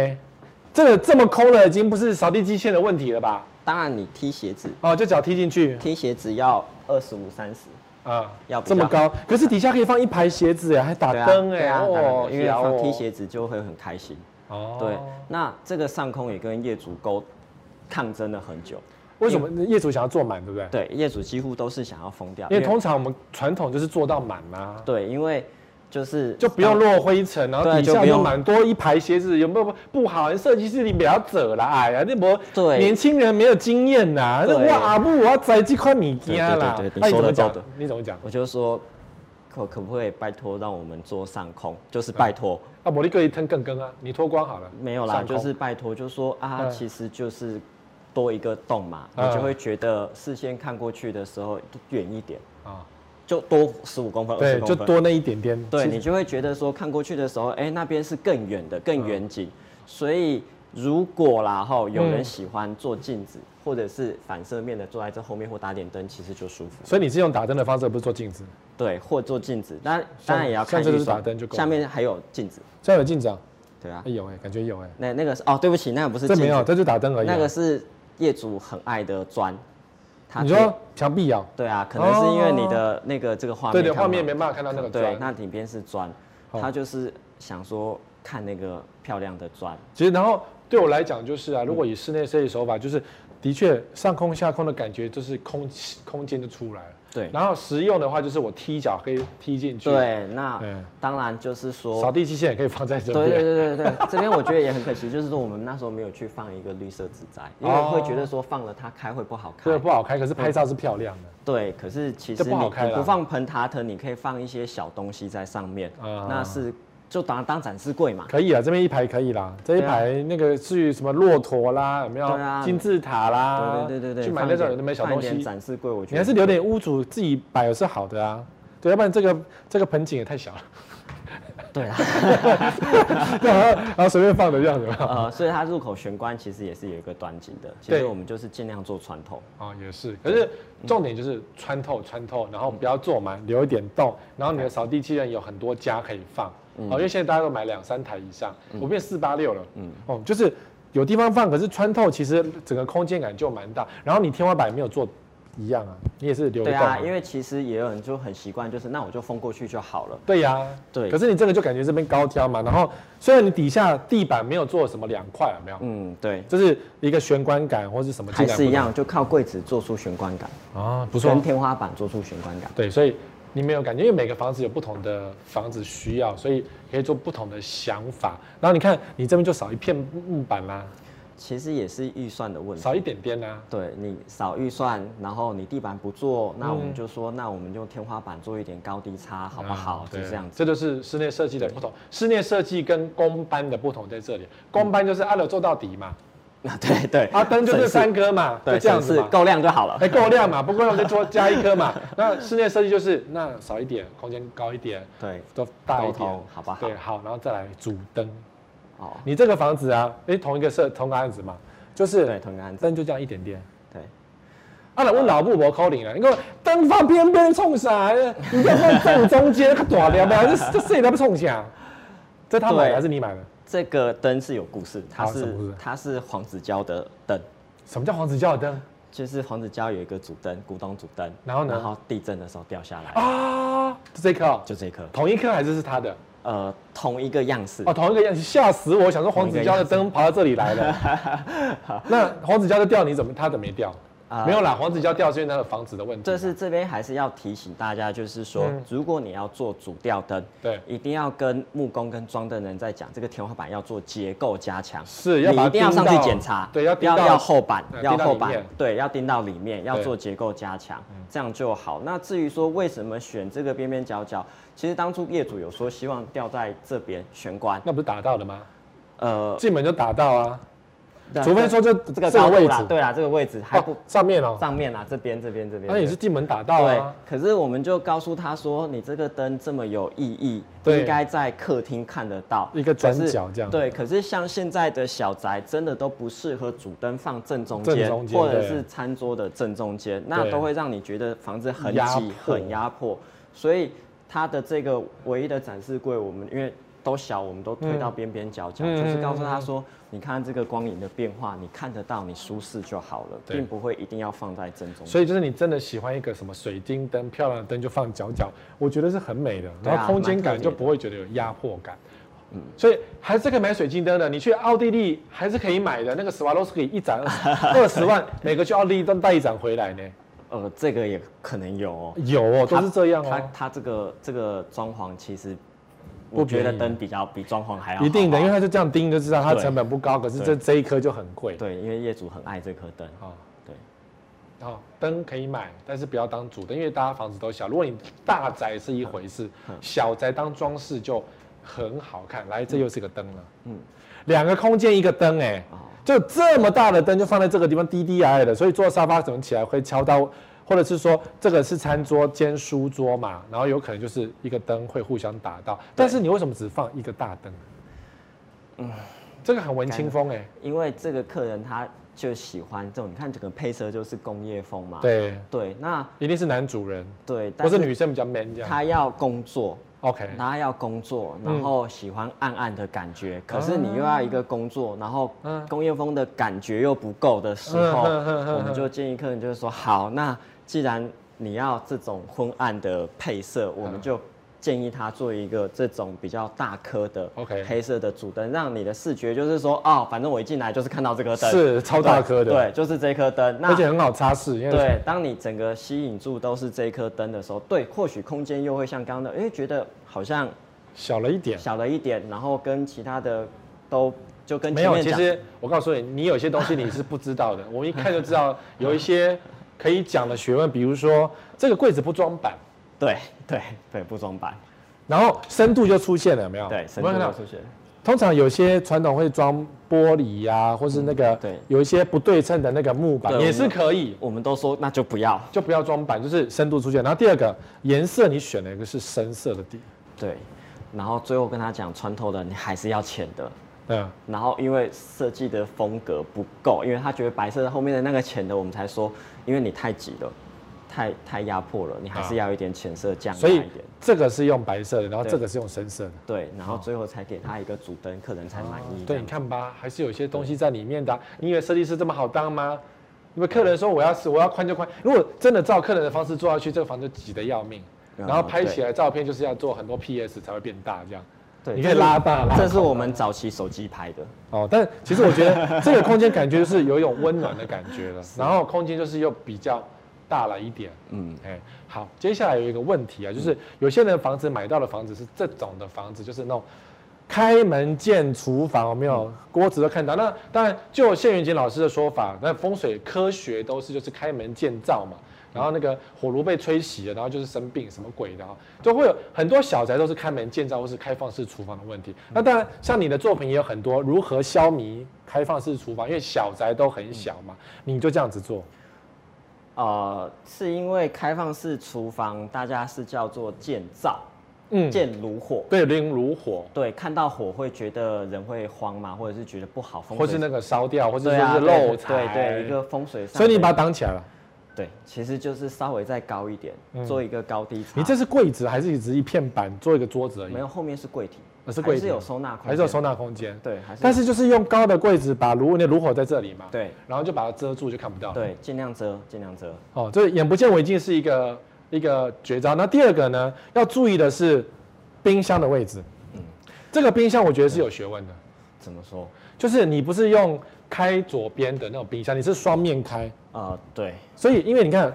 Speaker 1: 这个这么空了，已经不是扫地机械的问题了吧？
Speaker 2: 当然，你踢鞋子，
Speaker 1: 哦，就脚踢进去
Speaker 2: 踢鞋子要二十五三十。
Speaker 1: 啊，
Speaker 2: 要比
Speaker 1: 这么
Speaker 2: 较
Speaker 1: 高，可是底下可以放一排鞋子哎，还打
Speaker 2: 对啊
Speaker 1: 灯
Speaker 2: 对
Speaker 1: 哎，
Speaker 2: 啊，当然因为
Speaker 1: 屌
Speaker 2: 放
Speaker 1: 哦
Speaker 2: 踢鞋子就会很开心。
Speaker 1: 哦，
Speaker 2: 对，那这个上空也跟业主沟抗争了很久。
Speaker 1: 为什么业主想要做满，对不对？
Speaker 2: 对，业主几乎都是想要封掉，
Speaker 1: 因为通常我们传统就是做到满啦，
Speaker 2: 对，因为就是
Speaker 1: 就不用落灰尘，然后
Speaker 2: 对
Speaker 1: 底
Speaker 2: 就
Speaker 1: 下
Speaker 2: 不
Speaker 1: 就
Speaker 2: 用
Speaker 1: 满多一排鞋子，有没有不好？设计师你不要走啦，哎呀，那不
Speaker 2: 对
Speaker 1: 年轻人没有经验呐，那
Speaker 2: 对
Speaker 1: 我阿布我要摘这块米家啦
Speaker 2: 对对对，对
Speaker 1: 那
Speaker 2: 你
Speaker 1: 你
Speaker 2: 说
Speaker 1: 怎
Speaker 2: 得
Speaker 1: 么讲
Speaker 2: 到的？
Speaker 1: 你怎么讲？
Speaker 2: 我就说可可不可以拜托让我们做上空，就是拜托。
Speaker 1: 啊，我力哥一吞更更啊，你脱光好了，
Speaker 2: 没有啦，
Speaker 1: 上空
Speaker 2: 就是拜托，就说啊，
Speaker 1: 嗯
Speaker 2: 其实就是多一个洞嘛，
Speaker 1: 嗯
Speaker 2: 你就会觉得视线看过去的时候远一点，
Speaker 1: 啊，
Speaker 2: 就多十五公分、二
Speaker 1: 对
Speaker 2: 十，
Speaker 1: 就
Speaker 2: 公分，
Speaker 1: 多那一点点，
Speaker 2: 对
Speaker 1: 其实
Speaker 2: 你就会觉得说看过去的时候，哎、那边是更远的、更远
Speaker 1: 嗯
Speaker 2: 景，所以。如果啦吼，有人喜欢做镜子，或者是反射面的坐在这后面或打点灯，其实就舒服。
Speaker 1: 所以你是用打灯的方式，而不是做镜子，
Speaker 2: 对，或做镜子，当然
Speaker 1: 像
Speaker 2: 当然也要看
Speaker 1: 像这个
Speaker 2: 预算
Speaker 1: 打灯就够了
Speaker 2: 下面还有镜子，
Speaker 1: 这样有镜子啊？
Speaker 2: 对啊
Speaker 1: 哎，有哎，感觉有哎，
Speaker 2: 那那个是哦，对不起，那个不是
Speaker 1: 这
Speaker 2: 镜
Speaker 1: 没有，
Speaker 2: 子，
Speaker 1: 这就打灯而已啊。
Speaker 2: 那个是业主很爱的砖，他
Speaker 1: 你
Speaker 2: 贴
Speaker 1: 说墙壁啊？
Speaker 2: 对啊，可能是因为你的那个这个画
Speaker 1: 对
Speaker 2: 面看
Speaker 1: 对，
Speaker 2: 不到，
Speaker 1: 画面没办法看到那个
Speaker 2: 对，
Speaker 1: 砖。
Speaker 2: 那里边是砖，
Speaker 1: 哦
Speaker 2: 他就是想说看那个漂亮的砖，
Speaker 1: 其实，然后对我来讲就是啊，如
Speaker 2: 嗯
Speaker 1: 果以室内设计手法，就是的确上空下空的感觉，就是空气空间就出来了。
Speaker 2: 对
Speaker 1: 然后实用的话，就是我踢脚可以踢进去。，
Speaker 2: 对，那
Speaker 1: 嗯
Speaker 2: 当然就是
Speaker 1: 扫
Speaker 2: 说。
Speaker 1: 地机器人也可以放在这
Speaker 2: 对对
Speaker 1: 边。
Speaker 2: 对对对，这边我觉得也很可惜，就是说我们那时候没有去放一个绿色植栽，因为
Speaker 1: 哦
Speaker 2: 会觉得说放了它开会不好开
Speaker 1: 对，。不好开，可是拍照是漂亮的。
Speaker 2: 对，可是其
Speaker 1: 这
Speaker 2: 实
Speaker 1: 不
Speaker 2: 你
Speaker 1: 好开
Speaker 2: 你
Speaker 1: 啦
Speaker 2: 不放盆塔藤，你可以放一些小东西在上面，
Speaker 1: 啊
Speaker 2: 那是就当当展示柜嘛。
Speaker 1: 可以啦，啊这边一排可以啦，这一排那个至于什么骆驼啦，有没有
Speaker 2: 啊对啊
Speaker 1: 金字塔啦？
Speaker 2: 对对对对对，
Speaker 1: 啊去买
Speaker 2: 放
Speaker 1: 那
Speaker 2: 一
Speaker 1: 种
Speaker 2: 点
Speaker 1: 有那么小
Speaker 2: 放一
Speaker 1: 东
Speaker 2: 点
Speaker 1: 西，
Speaker 2: 展示柜，我觉
Speaker 1: 你
Speaker 2: 得
Speaker 1: 还是留点屋主自己摆是好的啊。对，要不然这个这个盆景也太小了，
Speaker 2: 对啦，
Speaker 1: 然后然后随便放的这样子嘛。
Speaker 2: 呃，所以它入口玄关其实也是有一个端景的，其
Speaker 1: 对
Speaker 2: 实我们就是尽量做传统，
Speaker 1: 啊、也是。可是重点就是穿透，穿透，然后不要做满，留一点洞。然后你的扫地机器人有很多家可以放，
Speaker 2: 嗯
Speaker 1: 哦，因为现在大家都买两三台以上，我变四八六了，嗯，哦，就是有地方放，可是穿透其实整个空间感就蛮大。然后你天花板没有做一样啊，你也是留一
Speaker 2: 对
Speaker 1: 个洞、
Speaker 2: 啊，因为其实也有人就很习惯，就是那我就封过去就好了，
Speaker 1: 对呀、
Speaker 2: 对
Speaker 1: 可是你这个就感觉这边高挑嘛，然后虽然你底下地板没有做什么两块，有没有？
Speaker 2: 嗯，对，
Speaker 1: 就是一个玄关感或是什么进
Speaker 2: 还
Speaker 1: 来
Speaker 2: 是一样，就靠柜子做出玄关感，
Speaker 1: 啊，不错
Speaker 2: 跟天花板做出玄关感，
Speaker 1: 对，所以你没有感觉，因为每个房子有不同的房子需要，所以可以做不同的想法。然后你看，你这边就少一片木板啦，
Speaker 2: 其实也是预算的问题，
Speaker 1: 少一点点啊啦。
Speaker 2: 对你少预算，然后你地板不做，那我
Speaker 1: 嗯
Speaker 2: 们就说，那我们用天花板做一点高低差，好不哦好？
Speaker 1: 嗯
Speaker 2: 就这样子。
Speaker 1: 这就是室内设计的不同。室内设计跟工班的不同在这里，工班就是按了做到底嘛，
Speaker 2: 那对对，
Speaker 1: 啊，灯就是
Speaker 2: 省事
Speaker 1: 三颗嘛，就
Speaker 2: 对，
Speaker 1: 这样
Speaker 2: 省
Speaker 1: 子
Speaker 2: 事
Speaker 1: 嘛。
Speaker 2: 够亮就好了。
Speaker 1: 哎，够亮嘛，不够亮就多加一颗嘛。 那室内设计就是那少一点，空间高一点，
Speaker 2: 对，
Speaker 1: 都大一
Speaker 2: 沟
Speaker 1: 点
Speaker 2: 通，好不好
Speaker 1: 对，好，然后再来主灯。
Speaker 2: 哦，
Speaker 1: 你这个房子啊，哎，同一个设同个案子嘛，就是
Speaker 2: 对，同一个案子，
Speaker 1: 灯就这样一点点。
Speaker 2: 对，
Speaker 1: 啊，来问老母无可能啊啦，你讲灯放边边冲啥？你要放正中间，较大条 呗，这这谁在不冲啥？这他买的还是你买的？
Speaker 2: 这个灯是有故事，它
Speaker 1: 好什么故
Speaker 2: 是
Speaker 1: 事
Speaker 2: 它是黄子佼的灯，
Speaker 1: 什么叫黄子佼的灯
Speaker 2: 就是黄子佼有一个主灯，古董主灯，
Speaker 1: 然后呢
Speaker 2: 然后地震的时候掉下来，
Speaker 1: 啊？就这颗、哦，
Speaker 2: 就这颗，
Speaker 1: 同一颗还是是他的？
Speaker 2: 呃，同一个样式
Speaker 1: 哦，，同一个样子，吓死我！想说黄子佼的灯跑到这里来了， 那黄子佼就掉，你怎么他怎么没掉？
Speaker 2: 啊
Speaker 1: 没有啦，黄子佼掉是因为他的房子的问题啦。
Speaker 2: 这是这边还是要提醒大家，就是说
Speaker 1: 啊嗯，
Speaker 2: 如果你要做主吊灯，
Speaker 1: 对
Speaker 2: 一定要跟木工跟装灯人在讲，这个天花板要做结构加强，
Speaker 1: 是要
Speaker 2: 你
Speaker 1: 把它
Speaker 2: 一定要
Speaker 1: 钉
Speaker 2: 上去
Speaker 1: 到
Speaker 2: 检查，
Speaker 1: 对要钉
Speaker 2: 要
Speaker 1: 到
Speaker 2: 要后板
Speaker 1: 呃，
Speaker 2: 要
Speaker 1: 钉到
Speaker 2: 后
Speaker 1: 里
Speaker 2: 板
Speaker 1: 面，
Speaker 2: 对，要钉到里面，要
Speaker 1: 对嗯
Speaker 2: 做结构加强，这样就好。那至于说为什么选这个边边角角，其实当初业主有说希望吊在这边玄关，
Speaker 1: 那不是打到的吗？
Speaker 2: 呃，
Speaker 1: 进门就打到啊，
Speaker 2: 那
Speaker 1: 除非说这
Speaker 2: 这个
Speaker 1: 这
Speaker 2: 高
Speaker 1: 个
Speaker 2: 度
Speaker 1: 位
Speaker 2: 啦，
Speaker 1: 置
Speaker 2: 对啊啦，这个位置还不
Speaker 1: 哦上面哦，
Speaker 2: 上面啊啦，这边这边这边，
Speaker 1: 那也
Speaker 2: 对
Speaker 1: 是进门打到
Speaker 2: 对
Speaker 1: 啊。，
Speaker 2: 可是我们就告诉他说，你这个灯这么有意义，
Speaker 1: 对
Speaker 2: 应该在客厅看得到
Speaker 1: 一个转
Speaker 2: 可是
Speaker 1: 角这样
Speaker 2: 对，可是像现在的小宅，真的都不适合主灯放正中间，
Speaker 1: 正中间
Speaker 2: 或者
Speaker 1: 对
Speaker 2: 是餐桌的正中间，那
Speaker 1: 对
Speaker 2: 都会让你觉得房子很
Speaker 1: 压
Speaker 2: 挤、
Speaker 1: 迫
Speaker 2: 很压迫。所以它的这个唯一的展示柜，我们因为。都小，我们都推到边边角角，
Speaker 1: 嗯
Speaker 2: 就是告诉他说：“你看这个光影的变化，你看得到，你舒适就好了，
Speaker 1: 对
Speaker 2: 并不会一定要放在正中间。”
Speaker 1: 所以就是你真的喜欢一个什么水晶灯、漂亮的灯，就放角角，我觉得是很美的，
Speaker 2: 对啊
Speaker 1: 然后空间
Speaker 2: 蛮特
Speaker 1: 感
Speaker 2: 别的嗯
Speaker 1: 就不会觉得有压迫感。所以还是可以买水晶灯的，你去奥地利还是可以买的，那个史瓦洛斯可以一盏二十 万，每个去奥地利都带一盏回来呢。
Speaker 2: 呃，这个也可能有哦。
Speaker 1: 有哦，都
Speaker 2: 它
Speaker 1: 是这样
Speaker 2: 它
Speaker 1: 哦，
Speaker 2: 它这个这个装潢其实，
Speaker 1: 不
Speaker 2: 我觉得
Speaker 1: 便宜啊
Speaker 2: 灯比较比装潢还要
Speaker 1: 一定的，
Speaker 2: 好
Speaker 1: 因为
Speaker 2: 啊
Speaker 1: 它就这样盯就知道它
Speaker 2: 对
Speaker 1: 成本不高，可是这
Speaker 2: 对
Speaker 1: 这一颗就很贵。
Speaker 2: 对，因为业主很爱这颗灯。
Speaker 1: 啊，
Speaker 2: 对，
Speaker 1: 哦，灯可以买，但是不要当主灯，因为大家房子都小。如果你大宅是一回事，
Speaker 2: 嗯
Speaker 1: 小宅当装饰就很好看。来，这又是一个灯了，嗯
Speaker 2: 嗯，
Speaker 1: 两个空间一个灯、哎、
Speaker 2: 哦
Speaker 1: 就这么大的灯就放在这个地方，低低矮矮的，所以坐沙发怎么起来会敲到，或者是说这个是餐桌兼书桌嘛，然后有可能就是一个灯会互相打到。但是你为什么只放一个大灯？嗯，这个很文青风哎、
Speaker 2: 因为这个客人他就喜欢这种，你看整个配色就是工业风嘛。
Speaker 1: 对，
Speaker 2: 对，那
Speaker 1: 一定是男主人，
Speaker 2: 对，但
Speaker 1: 不是女生比较 man 这样。
Speaker 2: 他要工作，
Speaker 1: OK，
Speaker 2: 他要工作，
Speaker 1: 嗯
Speaker 2: 然后喜欢暗暗的感觉，可
Speaker 1: 啊
Speaker 2: 是你又要一个工作，然后工业风的感觉又不够的时候，
Speaker 1: 嗯嗯嗯嗯嗯嗯
Speaker 2: 我们就建议客人就是说，好，那既然你要这种昏暗的配色，我
Speaker 1: 嗯
Speaker 2: 们就。建议他做一个这种比较大颗的
Speaker 1: OK
Speaker 2: 黑色的主灯，让你的视觉就是说，哦，反正我一进来就是看到这颗灯，
Speaker 1: 是超大颗的
Speaker 2: 对，对就是这颗灯。那
Speaker 1: 而且很好擦拭，因为
Speaker 2: 对，当你整个吸引住都是这一颗灯的时候，对，或许空间又会像刚刚的，哎，觉得好像
Speaker 1: 小了一点。
Speaker 2: 小了一点，然后跟其他的都就跟
Speaker 1: 没
Speaker 2: 前
Speaker 1: 有，
Speaker 2: 面
Speaker 1: 其
Speaker 2: 讲，
Speaker 1: 实我告诉你，你有些东西你是不知道 的，我一看就知道有一些可以讲的学问，比如说这个柜子不装板，
Speaker 2: 对对对，不装白，
Speaker 1: 然后深度就出现了，有没有？
Speaker 2: 对，深
Speaker 1: 有没有看
Speaker 2: 度的
Speaker 1: 到
Speaker 2: 数学，
Speaker 1: 通常有些传统会装玻璃呀、或是那个、
Speaker 2: 嗯对
Speaker 1: 有一些不对称的那个木板
Speaker 2: 对
Speaker 1: 也是可以，
Speaker 2: 我们都说那就不要，
Speaker 1: 就不要装板，就是深度出现。然后第二个颜色，你选了一个是深色的底，
Speaker 2: 对，然后最后跟他讲穿透的你还是要浅的。
Speaker 1: 嗯，
Speaker 2: 然后因为设计的风格不够，因为他觉得白色的后面的那个浅的，我们才说，因为你太挤了，太太压迫了，你还是要一点浅色降
Speaker 1: 所
Speaker 2: 压
Speaker 1: 以
Speaker 2: 一点。
Speaker 1: 这个是用白色的，然后
Speaker 2: 对
Speaker 1: 这个是用深色的。
Speaker 2: 对，然后最后才给他一个主灯，客人才满意。
Speaker 1: 对，你，看吧，还是有些东西在里面的啊、你以为设计师这么好当吗？因为客人说我要是我要宽就宽，如果真的照客人的方式做下去，这个房子挤得要命。
Speaker 2: 嗯
Speaker 1: 然后拍起
Speaker 2: 对
Speaker 1: 来照片就是要做很多 PS 才会变大这样。
Speaker 2: 对，
Speaker 1: 你可以拉大拉
Speaker 2: 这是我们早期手机拍的，
Speaker 1: 哦，但其实我觉得这个空间感觉就是有一种温暖的感觉 了，然后空间就是又比较大了一点。
Speaker 2: 嗯，
Speaker 1: 哎，好，接下来有一个问题啊，就是有些人房子买到的房子是这种的房子，就是那种开门见厨房，有没
Speaker 2: 嗯
Speaker 1: 有锅子都看到？那当然，就谢元杰老师的说法，那风水科学都是就是开门见灶嘛。然后那个火炉被吹熄了，然后就是生病什么鬼的啊，就会有很多小宅都是开门建造或是开放式厨房的问题。
Speaker 2: 嗯
Speaker 1: 那当然，像你的作品也有很多如何消弭开放式厨房，因为小宅都很小嘛，
Speaker 2: 嗯
Speaker 1: 你就这样子做。
Speaker 2: 呃，是因为开放式厨房，大家是叫做建灶，
Speaker 1: 嗯，
Speaker 2: 建炉火。
Speaker 1: 对，零如火，
Speaker 2: 对，看到火会觉得人会慌嘛，或者是觉得不好风水，
Speaker 1: 或是那个烧掉，或者
Speaker 2: 对
Speaker 1: 说
Speaker 2: 啊，
Speaker 1: 是
Speaker 2: 对
Speaker 1: 漏财，
Speaker 2: 对对，一个风水上的。
Speaker 1: 所以你把它挡起来了。
Speaker 2: 对，其实就是稍微再高一点，做一个高低差。
Speaker 1: 嗯你这是柜子还是只是一片板做一个桌子而已
Speaker 2: 没？有后面是柜体，
Speaker 1: 呃是柜体
Speaker 2: 还是有收纳空间，
Speaker 1: 还是有收纳空间？
Speaker 2: 对，还是
Speaker 1: 但是就是用高的柜子把炉那炉火在这里嘛，，
Speaker 2: 对
Speaker 1: 然后就把它遮住就看不到。，
Speaker 2: 对，尽量遮，尽量遮。
Speaker 1: 哦，这眼不见为净是一个一个绝招。那第二个呢，要注意的是冰箱的位置。这个冰箱我觉得是有学问的，
Speaker 2: 怎么说？
Speaker 1: 就是你不是用开左边的那种冰箱，你是双面开，
Speaker 2: 呃，对，
Speaker 1: 所以因为你看。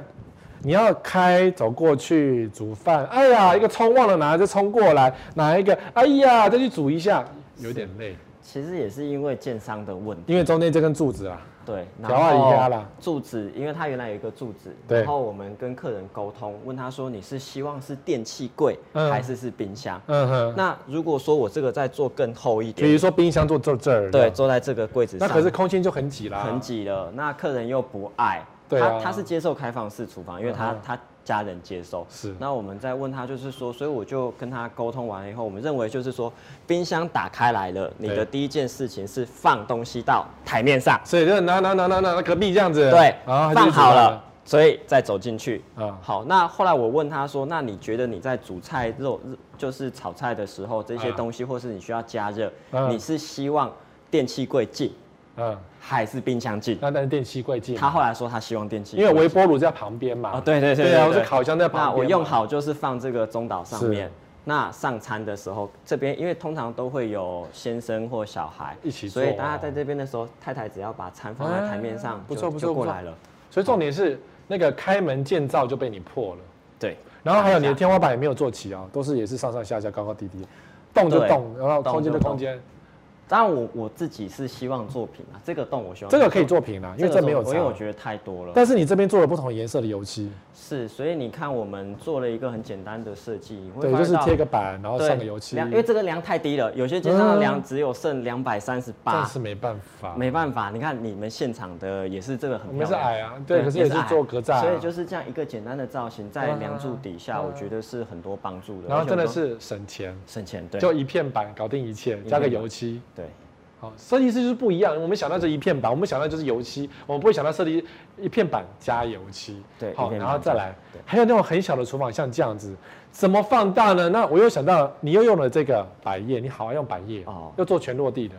Speaker 1: 你要开走过去煮饭，哎呀，一个葱忘了拿，就冲过来拿一个，哎呀，再去煮一下，有点累，
Speaker 2: 其实也是因为建商的问题。
Speaker 1: 因为中间这根柱子啊，
Speaker 2: 对，
Speaker 1: 调啊移压
Speaker 2: 然后
Speaker 1: 啦
Speaker 2: 柱子，因为它原来有一个柱子，
Speaker 1: 对
Speaker 2: 然后我们跟客人沟通，问他说你是希望是电器柜、
Speaker 1: 嗯
Speaker 2: 还是是冰箱？
Speaker 1: 嗯哼，
Speaker 2: 那如果说我这个再做更厚一
Speaker 1: 比如
Speaker 2: 点，
Speaker 1: 说冰箱坐坐这儿，
Speaker 2: 对，，坐在这个柜子
Speaker 1: 啊那
Speaker 2: 上，
Speaker 1: 可是空间就很挤啦，
Speaker 2: 很，挤了，那客人又不爱，
Speaker 1: 对啊
Speaker 2: 他他是接受开放式厨房，因为他、
Speaker 1: 嗯
Speaker 2: 他家人接受。
Speaker 1: 是
Speaker 2: 那我们再问他，就是说，所以我就跟他沟通完了以后，我们认为就是说，冰箱打开来了，你的
Speaker 1: 对
Speaker 2: 第一件事情是放东西到台面上，
Speaker 1: 所以就拿拿拿拿拿隔壁这样子，
Speaker 2: 对，
Speaker 1: 啊，
Speaker 2: 放好了，，所以再走进去。
Speaker 1: 啊
Speaker 2: 好，那后来我问他说，那你觉得你在煮菜肉，就是炒菜的时候，这些
Speaker 1: 啊
Speaker 2: 东西，或是你需要加热，
Speaker 1: 嗯
Speaker 2: 你是希望电器柜进
Speaker 1: 嗯，
Speaker 2: 还是冰箱进？
Speaker 1: 那但是电器柜进，
Speaker 2: 他后来说他希望电器柜
Speaker 1: 啊因
Speaker 2: 进，
Speaker 1: 为微波炉在旁边嘛，
Speaker 2: 啊，对对对
Speaker 1: 对啊，
Speaker 2: 对
Speaker 1: 我是烤箱在旁
Speaker 2: 那
Speaker 1: 边嘛，
Speaker 2: 我用好就是放这个中岛上面
Speaker 1: 是。
Speaker 2: 那上餐的时候，这边因为通常都会有先生或小孩
Speaker 1: 一起做啊
Speaker 2: 所以大家在这边的时候，太太只要把餐放在台面上，
Speaker 1: 啊不
Speaker 2: 就
Speaker 1: 错不错
Speaker 2: 就过
Speaker 1: 不错
Speaker 2: 来了。
Speaker 1: 所以重点是那个开门建造就被你破了，
Speaker 2: 对，
Speaker 1: 然后还有你的天花板也没有做齐啊，都是也是上上下下高高低低，动就
Speaker 2: 哦对
Speaker 1: 动，然后
Speaker 2: 动
Speaker 1: 空间就
Speaker 2: 就动
Speaker 1: 空间，
Speaker 2: 当然我我自己是希望作品啊，这个洞我希望
Speaker 1: 这个可以，做平啦，因为这
Speaker 2: 个
Speaker 1: 没有
Speaker 2: 做因为我
Speaker 1: 差，
Speaker 2: 觉得太多了。
Speaker 1: 但是你这边做了不同颜色的油漆，
Speaker 2: 是，所以你看我们做了一个很简单的设计，你会
Speaker 1: 对，
Speaker 2: 发
Speaker 1: 就
Speaker 2: 现
Speaker 1: 是
Speaker 2: 到
Speaker 1: 贴个板，然后
Speaker 2: 对
Speaker 1: 上个油漆，
Speaker 2: 量因为这个量太低了，有些街上的量只有剩两百三十
Speaker 1: 但
Speaker 2: 八，
Speaker 1: 是没办法，
Speaker 2: 没办法，你看你们现场的也是这个很
Speaker 1: 我们
Speaker 2: 漂亮，
Speaker 1: 是矮啊，对，可是也是
Speaker 2: 矮
Speaker 1: 做格栅啊，
Speaker 2: 所以就是这样一个简单的造型，在
Speaker 1: 嗯
Speaker 2: 梁柱底下，
Speaker 1: 嗯
Speaker 2: 我觉得是很多帮助的。
Speaker 1: 然后真的
Speaker 2: 而且我
Speaker 1: 是省钱，
Speaker 2: 们省钱，对，嗯
Speaker 1: 就一片板搞定一切，
Speaker 2: 片
Speaker 1: 加个
Speaker 2: 板
Speaker 1: 油漆。
Speaker 2: 对，
Speaker 1: 好，设计师就是不一样。我们想到这一片板，我们想到就是油漆，我们不会想到设计一片板加油漆。
Speaker 2: 对一
Speaker 1: 好，
Speaker 2: 片
Speaker 1: 然
Speaker 2: 板
Speaker 1: 后再来
Speaker 2: 加对，
Speaker 1: 还有那种很小的厨房，像这样子，怎么放大呢？那我又想到，你又用了这个百叶，你好好用百叶，
Speaker 2: 哦
Speaker 1: 又做全落地的，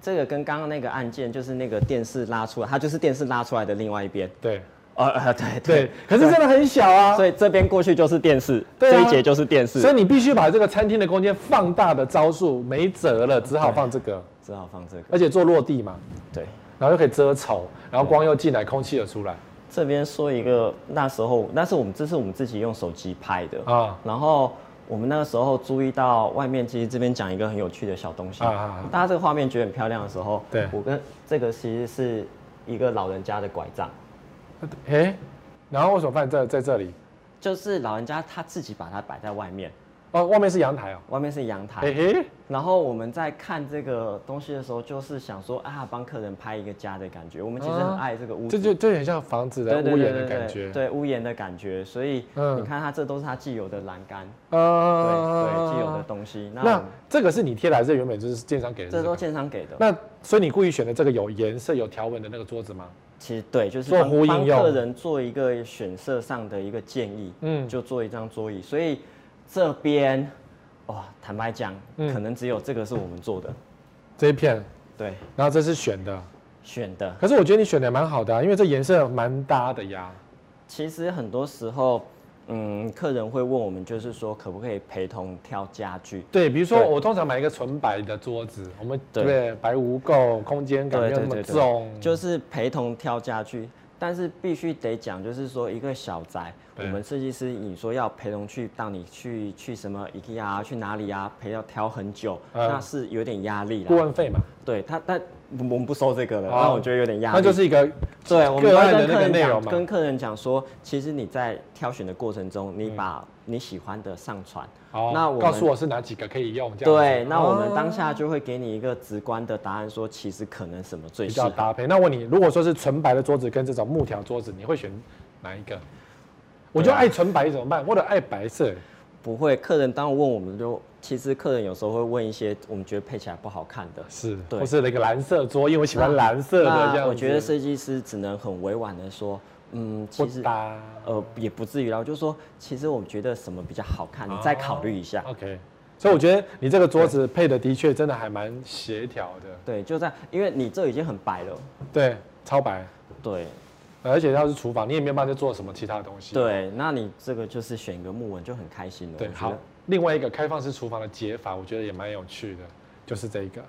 Speaker 2: 这个跟刚刚那个案件就是那个电视拉出来，它就是电视拉出来的另外一边。
Speaker 1: 对
Speaker 2: 呃呃，对
Speaker 1: 对。可是真的很小啊，
Speaker 2: 所以这边过去就是电视，
Speaker 1: 对啊
Speaker 2: 这一节就是电视
Speaker 1: 所以，你必须把这个餐厅的空间放大的招数没辙了，只好放这个，
Speaker 2: 只好放这个。
Speaker 1: 而且做落地嘛，
Speaker 2: 对，
Speaker 1: 然后又可以遮丑，然后光又进来，空气又出来
Speaker 2: 这边说一个，那时候那是我们这是我们自己用手机拍的，
Speaker 1: 啊
Speaker 2: 然后我们那个时候注意到外面，其实这边讲一个很有趣的小东西。
Speaker 1: 啊啊啊！
Speaker 2: 大家这个画面觉得很漂亮的时候，
Speaker 1: 对
Speaker 2: 我跟这个其实是一个老人家的拐杖，
Speaker 1: 哎、然后为什么放在在这里？
Speaker 2: 就是老人家他自己把它摆在外面，
Speaker 1: 哦，外面是阳台哦。
Speaker 2: 外面是阳台。
Speaker 1: 嘿嘿，
Speaker 2: 然后我们在看这个东西的时候，就是想说啊，帮客人拍一个家的感觉。我们其实很
Speaker 1: 啊
Speaker 2: 爱这个屋
Speaker 1: 这
Speaker 2: 子，
Speaker 1: 就这很像房子的
Speaker 2: 对对
Speaker 1: 屋
Speaker 2: 对
Speaker 1: 檐
Speaker 2: 对
Speaker 1: 的感
Speaker 2: 对
Speaker 1: 觉。
Speaker 2: 对屋檐的感觉。所以
Speaker 1: 嗯
Speaker 2: 你看，它这都是它既有的栏杆，对对，
Speaker 1: 呃
Speaker 2: 既有的。东西。那我
Speaker 1: 那
Speaker 2: 们
Speaker 1: 这个是你贴来，这原本就是建商给的、
Speaker 2: 这
Speaker 1: 这
Speaker 2: 都
Speaker 1: 个。
Speaker 2: 建商给的。
Speaker 1: 那所以你故意选的这个有颜色、有条纹的那个桌子吗？
Speaker 2: 其实对，就是
Speaker 1: 做
Speaker 2: 帮
Speaker 1: 呼应
Speaker 2: 帮
Speaker 1: 用
Speaker 2: 客人做一个选色上的一个建议，
Speaker 1: 嗯
Speaker 2: 嗯，就做一张桌椅。所以这边，哇，坦白讲，
Speaker 1: 嗯
Speaker 2: 可能只有这个是我们做的，
Speaker 1: 这一片，
Speaker 2: 对，
Speaker 1: 然后这是选的。
Speaker 2: 选的。
Speaker 1: 可是我觉得你选的蛮好的、啊，因为这颜色蛮搭的呀。
Speaker 2: 其实很多时候，嗯，客人会问我们，就是说可不可以陪同挑家具？
Speaker 1: 对，比如说
Speaker 2: 对
Speaker 1: 我通常买一个纯白的桌子，我们对
Speaker 2: 对
Speaker 1: 不对？白无垢，空间感没有那么重。
Speaker 2: 就是陪同挑家具。但是必须得讲，就是说一个小宅，我
Speaker 1: 对
Speaker 2: 们设计师你说要陪同去到你去去什么 IKEA 啊，去哪里啊，陪要挑很久，
Speaker 1: 嗯
Speaker 2: 那是有点压力啦。
Speaker 1: 顾问费嘛，
Speaker 2: 对他，但我们不收这个了，
Speaker 1: 好
Speaker 2: 那我觉得有点压力。
Speaker 1: 哦那就是一个
Speaker 2: 对，我们
Speaker 1: 个
Speaker 2: 都会
Speaker 1: 案的
Speaker 2: 跟
Speaker 1: 那
Speaker 2: 客
Speaker 1: 个
Speaker 2: 人
Speaker 1: 内
Speaker 2: 讲，
Speaker 1: 容嘛
Speaker 2: 跟客人讲说，其实你在挑选的过程中，
Speaker 1: 嗯
Speaker 2: 你把你喜欢的上传。
Speaker 1: 哦
Speaker 2: 那我们
Speaker 1: 告诉我是哪几个可以用，这样子
Speaker 2: 对，那我们
Speaker 1: 哦
Speaker 2: 当下就会给你一个直观的答案，说其实可能什么最
Speaker 1: 比
Speaker 2: 适
Speaker 1: 较
Speaker 2: 合。
Speaker 1: 搭配。那问你，如果说是纯白的桌子跟这种木条桌子，你会选哪一个？我
Speaker 2: 啊
Speaker 1: 就爱纯白怎么办？或者爱白色？
Speaker 2: 不会，客人当问我们就，其实客人有时候会问一些我们觉得配起来不好看的。
Speaker 1: 是，
Speaker 2: 对
Speaker 1: 或是那个蓝色桌，因为我喜欢蓝色的
Speaker 2: 那
Speaker 1: 这样子。
Speaker 2: 我觉得设计师只能很委婉的说，嗯，
Speaker 1: 不
Speaker 2: 其实
Speaker 1: 搭。
Speaker 2: 呃也不至于啦，我就说其实我觉得什么比较好看，你再考虑一下。
Speaker 1: OK，所以我觉得你这个桌子配的的确真的还蛮协调的，
Speaker 2: 对，就这样，因为你这已经很白了。
Speaker 1: 对，超白。
Speaker 2: 对
Speaker 1: 而且它是厨房，你也没有办法再做什么其他的东西。
Speaker 2: 对，那你这个就是选一个木纹就很开心了。
Speaker 1: 对，
Speaker 2: 我觉
Speaker 1: 好
Speaker 2: 得。
Speaker 1: 另外一个开放式厨房的解法，我觉得也蛮有趣的，就是这一个，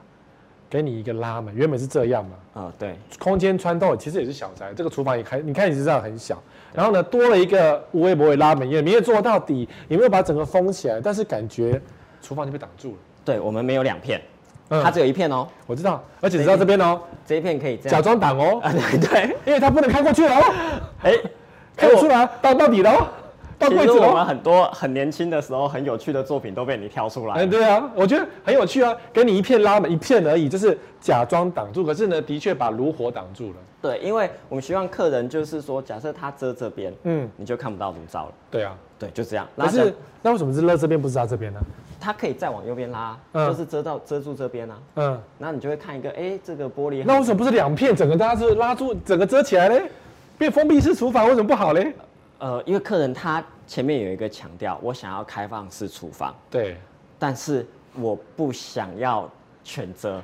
Speaker 1: 给你一个拉门，原本是这样嘛，
Speaker 2: 呃，对，
Speaker 1: 空间穿透其实也是小宅，这个厨房也开，你看你知道很小，然后呢多了一个无微不微拉门，也没有做到底，也没有把整个封起来，但是感觉厨房就被挡住了。
Speaker 2: 对，我们没有两片，
Speaker 1: 嗯
Speaker 2: 它只有一片哦，
Speaker 1: 我知道，而且只到这边哦，
Speaker 2: 这一片可以这
Speaker 1: 假
Speaker 2: 样。
Speaker 1: 装挡哦，
Speaker 2: 啊，对对，
Speaker 1: 因为它不能看过去了哦，
Speaker 2: 哎、
Speaker 1: 看不出来，挡到底了哦，到
Speaker 2: 其
Speaker 1: 柜
Speaker 2: 实
Speaker 1: 子了
Speaker 2: 我
Speaker 1: 哦
Speaker 2: 们。很多很年轻的时候很有趣的作品都被你挑出来
Speaker 1: 哎，
Speaker 2: 了。
Speaker 1: 对啊，我觉得很有趣啊，给你一片拉门，一片而已，就是假装挡住，可是呢，的确把炉火挡住了。
Speaker 2: 对，因为我们希望客人就是说，假设他遮这边，
Speaker 1: 嗯，
Speaker 2: 你就看不到炉灶了。
Speaker 1: 对啊，
Speaker 2: 对，就这样。
Speaker 1: 可
Speaker 2: 拉着
Speaker 1: 是那为什么是乐这边不是他这边呢？
Speaker 2: 它可以再往右边拉，
Speaker 1: 嗯
Speaker 2: 就是遮到遮住这边啊。
Speaker 1: 嗯，
Speaker 2: 那你就会看一个，哎、这个玻璃很
Speaker 1: 那为什么不是两片整个拉住拉住整个遮起来嘞？变封闭式厨房为什么不好嘞？
Speaker 2: 呃，因为客人他前面有一个强调，我想要开放式厨房，
Speaker 1: 对，
Speaker 2: 但是我不想要 全遮。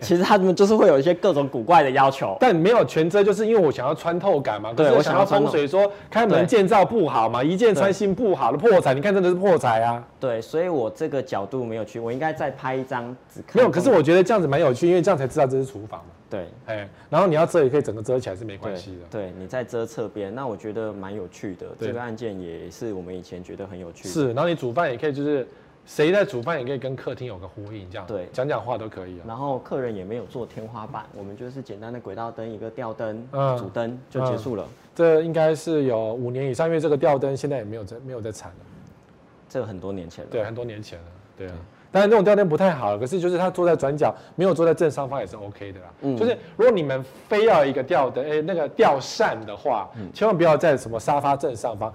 Speaker 2: 其实他们就是会有一些各种古怪的要求。
Speaker 1: 但没有全遮，就是因为我想要穿透感嘛。可
Speaker 2: 对
Speaker 1: 是
Speaker 2: 我
Speaker 1: 我
Speaker 2: 想
Speaker 1: 想
Speaker 2: 要
Speaker 1: 要
Speaker 2: 穿
Speaker 1: 风
Speaker 2: 透
Speaker 1: 水说开门
Speaker 2: 对
Speaker 1: 建造不好嘛，一箭穿心不好的破财，你看真的是破财啊。
Speaker 2: 对，所以我这个角度没有去，我应该再拍一张只看
Speaker 1: 没有，可是
Speaker 2: 中
Speaker 1: 我觉得这样子蛮有趣，因为这样才知道这是厨房嘛。
Speaker 2: 对
Speaker 1: 哎，然后你要遮也可以整个遮起来是没关
Speaker 2: 对
Speaker 1: 系的。
Speaker 2: 对，你在遮侧边，那我觉得蛮有趣的。
Speaker 1: 对
Speaker 2: 这个案件也是我们以前觉得很有趣的。
Speaker 1: 是，然后你煮饭也可以，就是谁在煮饭也可以跟客厅有个呼应，这样
Speaker 2: 对
Speaker 1: 讲讲话都可以啊。
Speaker 2: 然后客人也没有做天花板，我们就是简单的轨道灯、一个吊灯、
Speaker 1: 嗯
Speaker 2: 主灯就结束了。
Speaker 1: 这应该是有五年以上，因为这个吊灯现在也没有在没有在产了，
Speaker 2: 这个很多年前了。
Speaker 1: 对，很多年前了，对啊。当然，这种吊灯不太好，可是就是它坐在转角，没有坐在正上方也是 OK 的啦。
Speaker 2: 嗯
Speaker 1: 就是如果你们非要一个吊灯，哎、那个吊扇的话，千万不要在什么沙发正上方，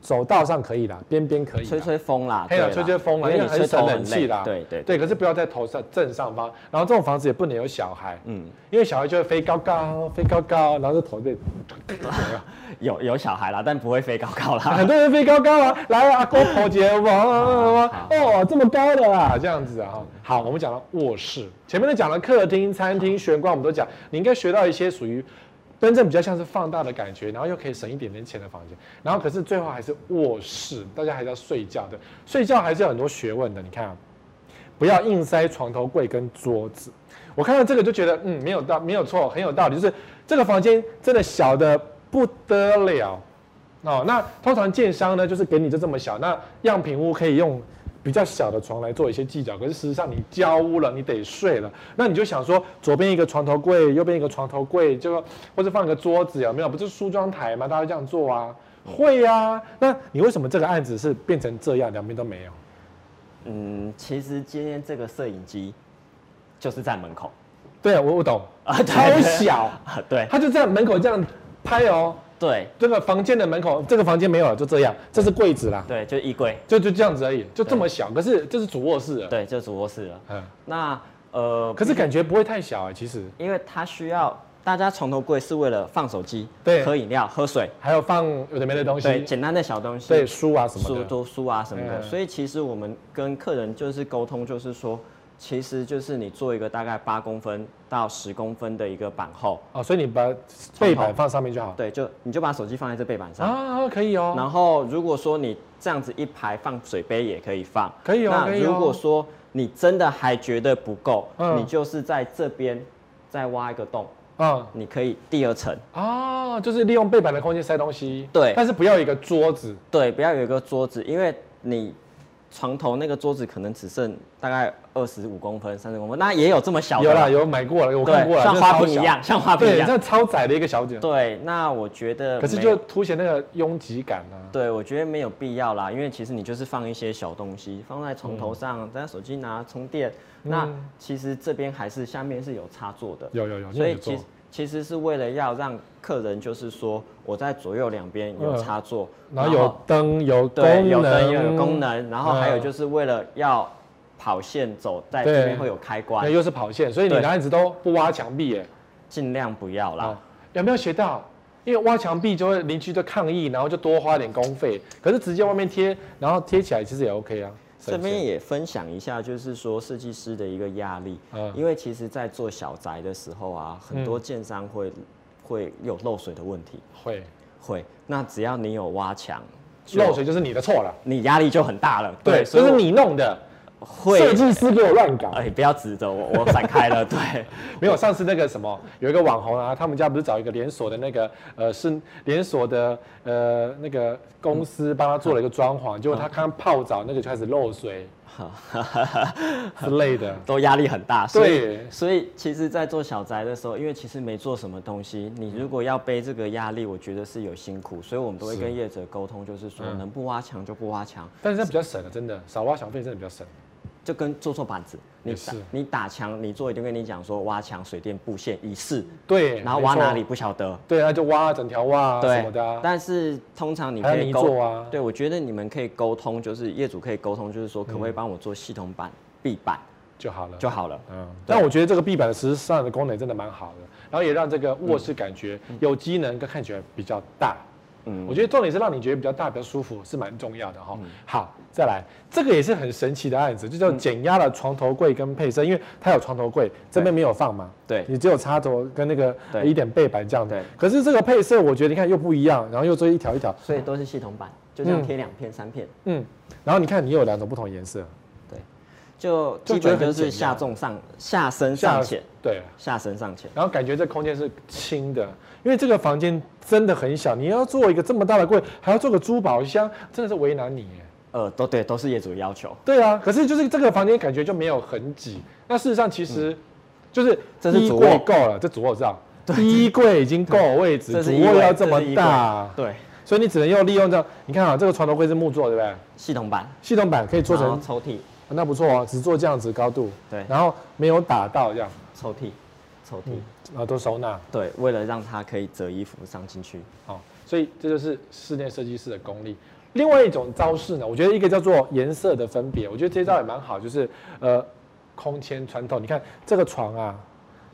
Speaker 1: 走道上可以啦，边边可以啦。
Speaker 2: 吹吹风啦，
Speaker 1: 可以啦
Speaker 2: 对
Speaker 1: 吹吹风啦啊
Speaker 2: 因
Speaker 1: 因为
Speaker 2: 为你
Speaker 1: 很
Speaker 2: 吹
Speaker 1: 省
Speaker 2: 头
Speaker 1: 冷
Speaker 2: 很
Speaker 1: 气
Speaker 2: 累
Speaker 1: 啦
Speaker 2: 对对，
Speaker 1: 对，可是不要在头上正上方。然后这种房子也不能有小孩，
Speaker 2: 嗯，
Speaker 1: 因为小孩就会飞高高，飞高高，然后就头被。
Speaker 2: 有有小孩啦，但不会飞高高啦。
Speaker 1: 很多人飞高高啊，来啊，阿公头姐，哇哇哇，哦，这么高的啊，这样子啊。哈好，我们讲到卧室，前面都讲了客厅、餐厅、玄关，我们都讲，你应该学到一些属于真正比较像是放大的感觉，然后又可以省一点点钱的房间。然后可是最后还是卧室，大家还是要睡觉的，睡觉还是有很多学问的。你看、啊，不要硬塞床头柜跟桌子。我看到这个就觉得，嗯，没有道，没有错，很有道理。就是这个房间真的小的不得了哦。那通常建商呢，就是给你就这么小，那样品屋可以用比较小的床来做一些计较。可是事实上你交屋了，你得睡了，那你就想说，左边一个床头柜，右边一个床头柜，就或者放个桌子，有没有？不是梳妆台吗？大家这样做啊，会呀、啊。那你为什么这个案子是变成这样，两边都没有？
Speaker 2: 嗯，其实今天这个摄影机就是在门口
Speaker 1: 对我我懂
Speaker 2: 啊对
Speaker 1: 超小。
Speaker 2: 啊，对
Speaker 1: 他就在门口这样拍哦，
Speaker 2: 对
Speaker 1: 这个房间的门口，这个房间没有了，就这样，这是柜子啦，
Speaker 2: 对，就衣柜，
Speaker 1: 就就这样子而已，就这么小。可是这是主卧室，，
Speaker 2: 对，就主卧室了。
Speaker 1: 嗯，
Speaker 2: 那呃，
Speaker 1: 可是感觉不会太小哎，其实
Speaker 2: 因为它需要大家床头柜是为了放手机、
Speaker 1: 对
Speaker 2: 喝饮料、喝水，
Speaker 1: 还有放有的没的东
Speaker 2: 对，
Speaker 1: 西，
Speaker 2: 简单的小东西，
Speaker 1: 对，书啊什
Speaker 2: 书
Speaker 1: 么的，
Speaker 2: 都书啊什么的。
Speaker 1: 嗯
Speaker 2: 所以其实我们跟客人就是沟通，就是说，其实就是你做一个大概八公分到十公分的一个板后，
Speaker 1: 哦，所以你把背板放上面就好
Speaker 2: 对，就你就把手机放在这背板上。
Speaker 1: 啊，可以哦，
Speaker 2: 然后如果说你这样子一排放水杯也可以放，
Speaker 1: 可以哦可
Speaker 2: 那
Speaker 1: 以哦
Speaker 2: 如果说你真的还觉得不够，
Speaker 1: 嗯
Speaker 2: 你就是在这边再挖一个洞，
Speaker 1: 嗯。
Speaker 2: 你可以第二层。
Speaker 1: 啊，就是利用背板的空间塞东西，
Speaker 2: 对
Speaker 1: 但是不要有一个桌子，
Speaker 2: 对，不要有一个桌子，因为你床头那个桌子可能只剩大概二十五公分、三十公分，那也有这么小的，
Speaker 1: 有啦，有买过了，我看过了，
Speaker 2: 像
Speaker 1: 真的
Speaker 2: 花
Speaker 1: 超
Speaker 2: 瓶一
Speaker 1: 小
Speaker 2: 样，像花瓶一
Speaker 1: 对，
Speaker 2: 样。
Speaker 1: 这超窄的一个小姐。
Speaker 2: 对，那我觉得
Speaker 1: 可是
Speaker 2: 没
Speaker 1: 就
Speaker 2: 有
Speaker 1: 凸显那个拥挤感啊。
Speaker 2: 对，我觉得没有必要啦，因为其实你就是放一些小东西放在床头上，在手机拿充电。那其实这边还是下面是有插座的，
Speaker 1: 嗯有有有，
Speaker 2: 所以
Speaker 1: 你
Speaker 2: 其
Speaker 1: 有
Speaker 2: 实
Speaker 1: 做
Speaker 2: 其实是为了要让客人就是说我在左右两边有插座，
Speaker 1: 嗯然后有灯，有功
Speaker 2: 对
Speaker 1: 能，
Speaker 2: 有灯又有功能，然后还有
Speaker 1: 嗯
Speaker 2: 就是为了要跑线走，在
Speaker 1: 对
Speaker 2: 这边会有开关
Speaker 1: 那，又是跑线，所以你
Speaker 2: 对
Speaker 1: 男孩子都不挖墙壁耶。
Speaker 2: 尽量不要啦。
Speaker 1: 啊，有没有学到？因为挖墙壁就会邻居就抗议，然后就多花点工费。可是直接外面贴，然后贴起来其实也 OK 啊。
Speaker 2: 这
Speaker 1: 省
Speaker 2: 边
Speaker 1: 钱
Speaker 2: 也分享一下，就是说设计师的一个压力，
Speaker 1: 嗯
Speaker 2: 因为其实，在做小宅的时候啊，很多建商会、会有漏水的问题，
Speaker 1: 会
Speaker 2: 会。那只要你有挖墙，就
Speaker 1: 漏，水就是你的错了，
Speaker 2: 你压力就很大了。
Speaker 1: 对，
Speaker 2: 所
Speaker 1: 这
Speaker 2: 以
Speaker 1: 是
Speaker 2: 我
Speaker 1: 你弄的，
Speaker 2: 会
Speaker 1: 设计师给我乱搞。
Speaker 2: 哎、不要指着我，我闪开了。对，
Speaker 1: 没有，上次那个什么，有一个网红啊，他们家不是找一个连锁的那个呃，是连锁的呃那个公司帮他做了一个装
Speaker 2: 嗯
Speaker 1: 潢，结果他刚泡澡那个就开始漏水之类的。
Speaker 2: 都压力很大。嗯所以
Speaker 1: 对
Speaker 2: 所以其实，在做小宅的时候，因为其实没做什么东西，你如果要背这个压力，我觉得是有辛苦，所以我们都会
Speaker 1: 是
Speaker 2: 跟业者沟通，就是说、
Speaker 1: 嗯
Speaker 2: 能不挖墙就不挖墙。
Speaker 1: 但是这比较省了，啊真的少挖小费真的比较省。
Speaker 2: 就跟做做板子，你
Speaker 1: 也
Speaker 2: 打
Speaker 1: 是
Speaker 2: 你打墙，你做一定跟你讲说挖墙、水电、布线一式，
Speaker 1: 对，
Speaker 2: 然后
Speaker 1: 没
Speaker 2: 挖
Speaker 1: 错
Speaker 2: 哪里？不晓得，
Speaker 1: 对，那就挖整条挖、啊、什
Speaker 2: 对
Speaker 1: 么的、啊。
Speaker 2: 但是通常你
Speaker 1: 还
Speaker 2: 可
Speaker 1: 有
Speaker 2: 以
Speaker 1: 泥
Speaker 2: 沟
Speaker 1: 做啊
Speaker 2: 对我觉得你们可以沟通，就是业主可以沟通，就是说可不可以帮我做系统板、壁板
Speaker 1: 就好了。
Speaker 2: 就好了。
Speaker 1: 嗯，但我觉得这个壁板的实质上的功能真的蛮好的，然后也让这个卧室感觉
Speaker 2: 嗯
Speaker 1: 有机能跟看起来比较大。嗯，我觉得重点是让你觉得比较大、比较舒服，是蛮重要的
Speaker 2: 嗯
Speaker 1: 哈。好，再来，这个也是很神奇的案子，就叫减压的床头柜跟配色，因为它有床头柜，这边没有放嘛，
Speaker 2: 对
Speaker 1: 你只有插头跟那个
Speaker 2: 对
Speaker 1: 一点背板这样
Speaker 2: 对
Speaker 1: 的。可是这个配色，我觉得你看又不一样，然后又做一条一条，
Speaker 2: 所以都是系统板，就这样贴两片、三片，
Speaker 1: 嗯，然后你看你有两种不同颜色，
Speaker 2: 对，就
Speaker 1: 就
Speaker 2: 基
Speaker 1: 觉得
Speaker 2: 本
Speaker 1: 很
Speaker 2: 就是
Speaker 1: 简
Speaker 2: 下
Speaker 1: 单
Speaker 2: 重上下深上浅，
Speaker 1: 对。
Speaker 2: 下深上浅。
Speaker 1: 然后感觉这空间是轻的，因为这个房间真的很小，你要做一个这么大的柜，还要做个珠宝箱，真的是为难你耶。
Speaker 2: 呃，都对，都是业主要求。
Speaker 1: 对啊，可是就是这个房间感觉就没有很挤。那事实上其实就是
Speaker 2: 嗯这是
Speaker 1: 衣
Speaker 2: 主
Speaker 1: 柜
Speaker 2: 卧
Speaker 1: 够了，这主卧我知道，衣柜已经够位置，主卧要这么
Speaker 2: 是衣柜
Speaker 1: 大，
Speaker 2: 对，
Speaker 1: 所以你只能用利用这样。你看啊，这个床头柜是木做，对不对？
Speaker 2: 系统板
Speaker 1: 系统板可以做
Speaker 2: 然
Speaker 1: 成
Speaker 2: 后，抽屉，
Speaker 1: 那不错哦，只做这样子高度，
Speaker 2: 对
Speaker 1: 然后没有打到这样，
Speaker 2: 抽屉，抽屉。
Speaker 1: 然后都收纳。
Speaker 2: 对，为了让它可以折衣服上进去，
Speaker 1: 好、哦所以这就是室内设计师的功力。另外一种招式呢，我觉得一个叫做颜色的分别，我觉得这招也蛮好，就是呃，空间穿透。你看这个床啊，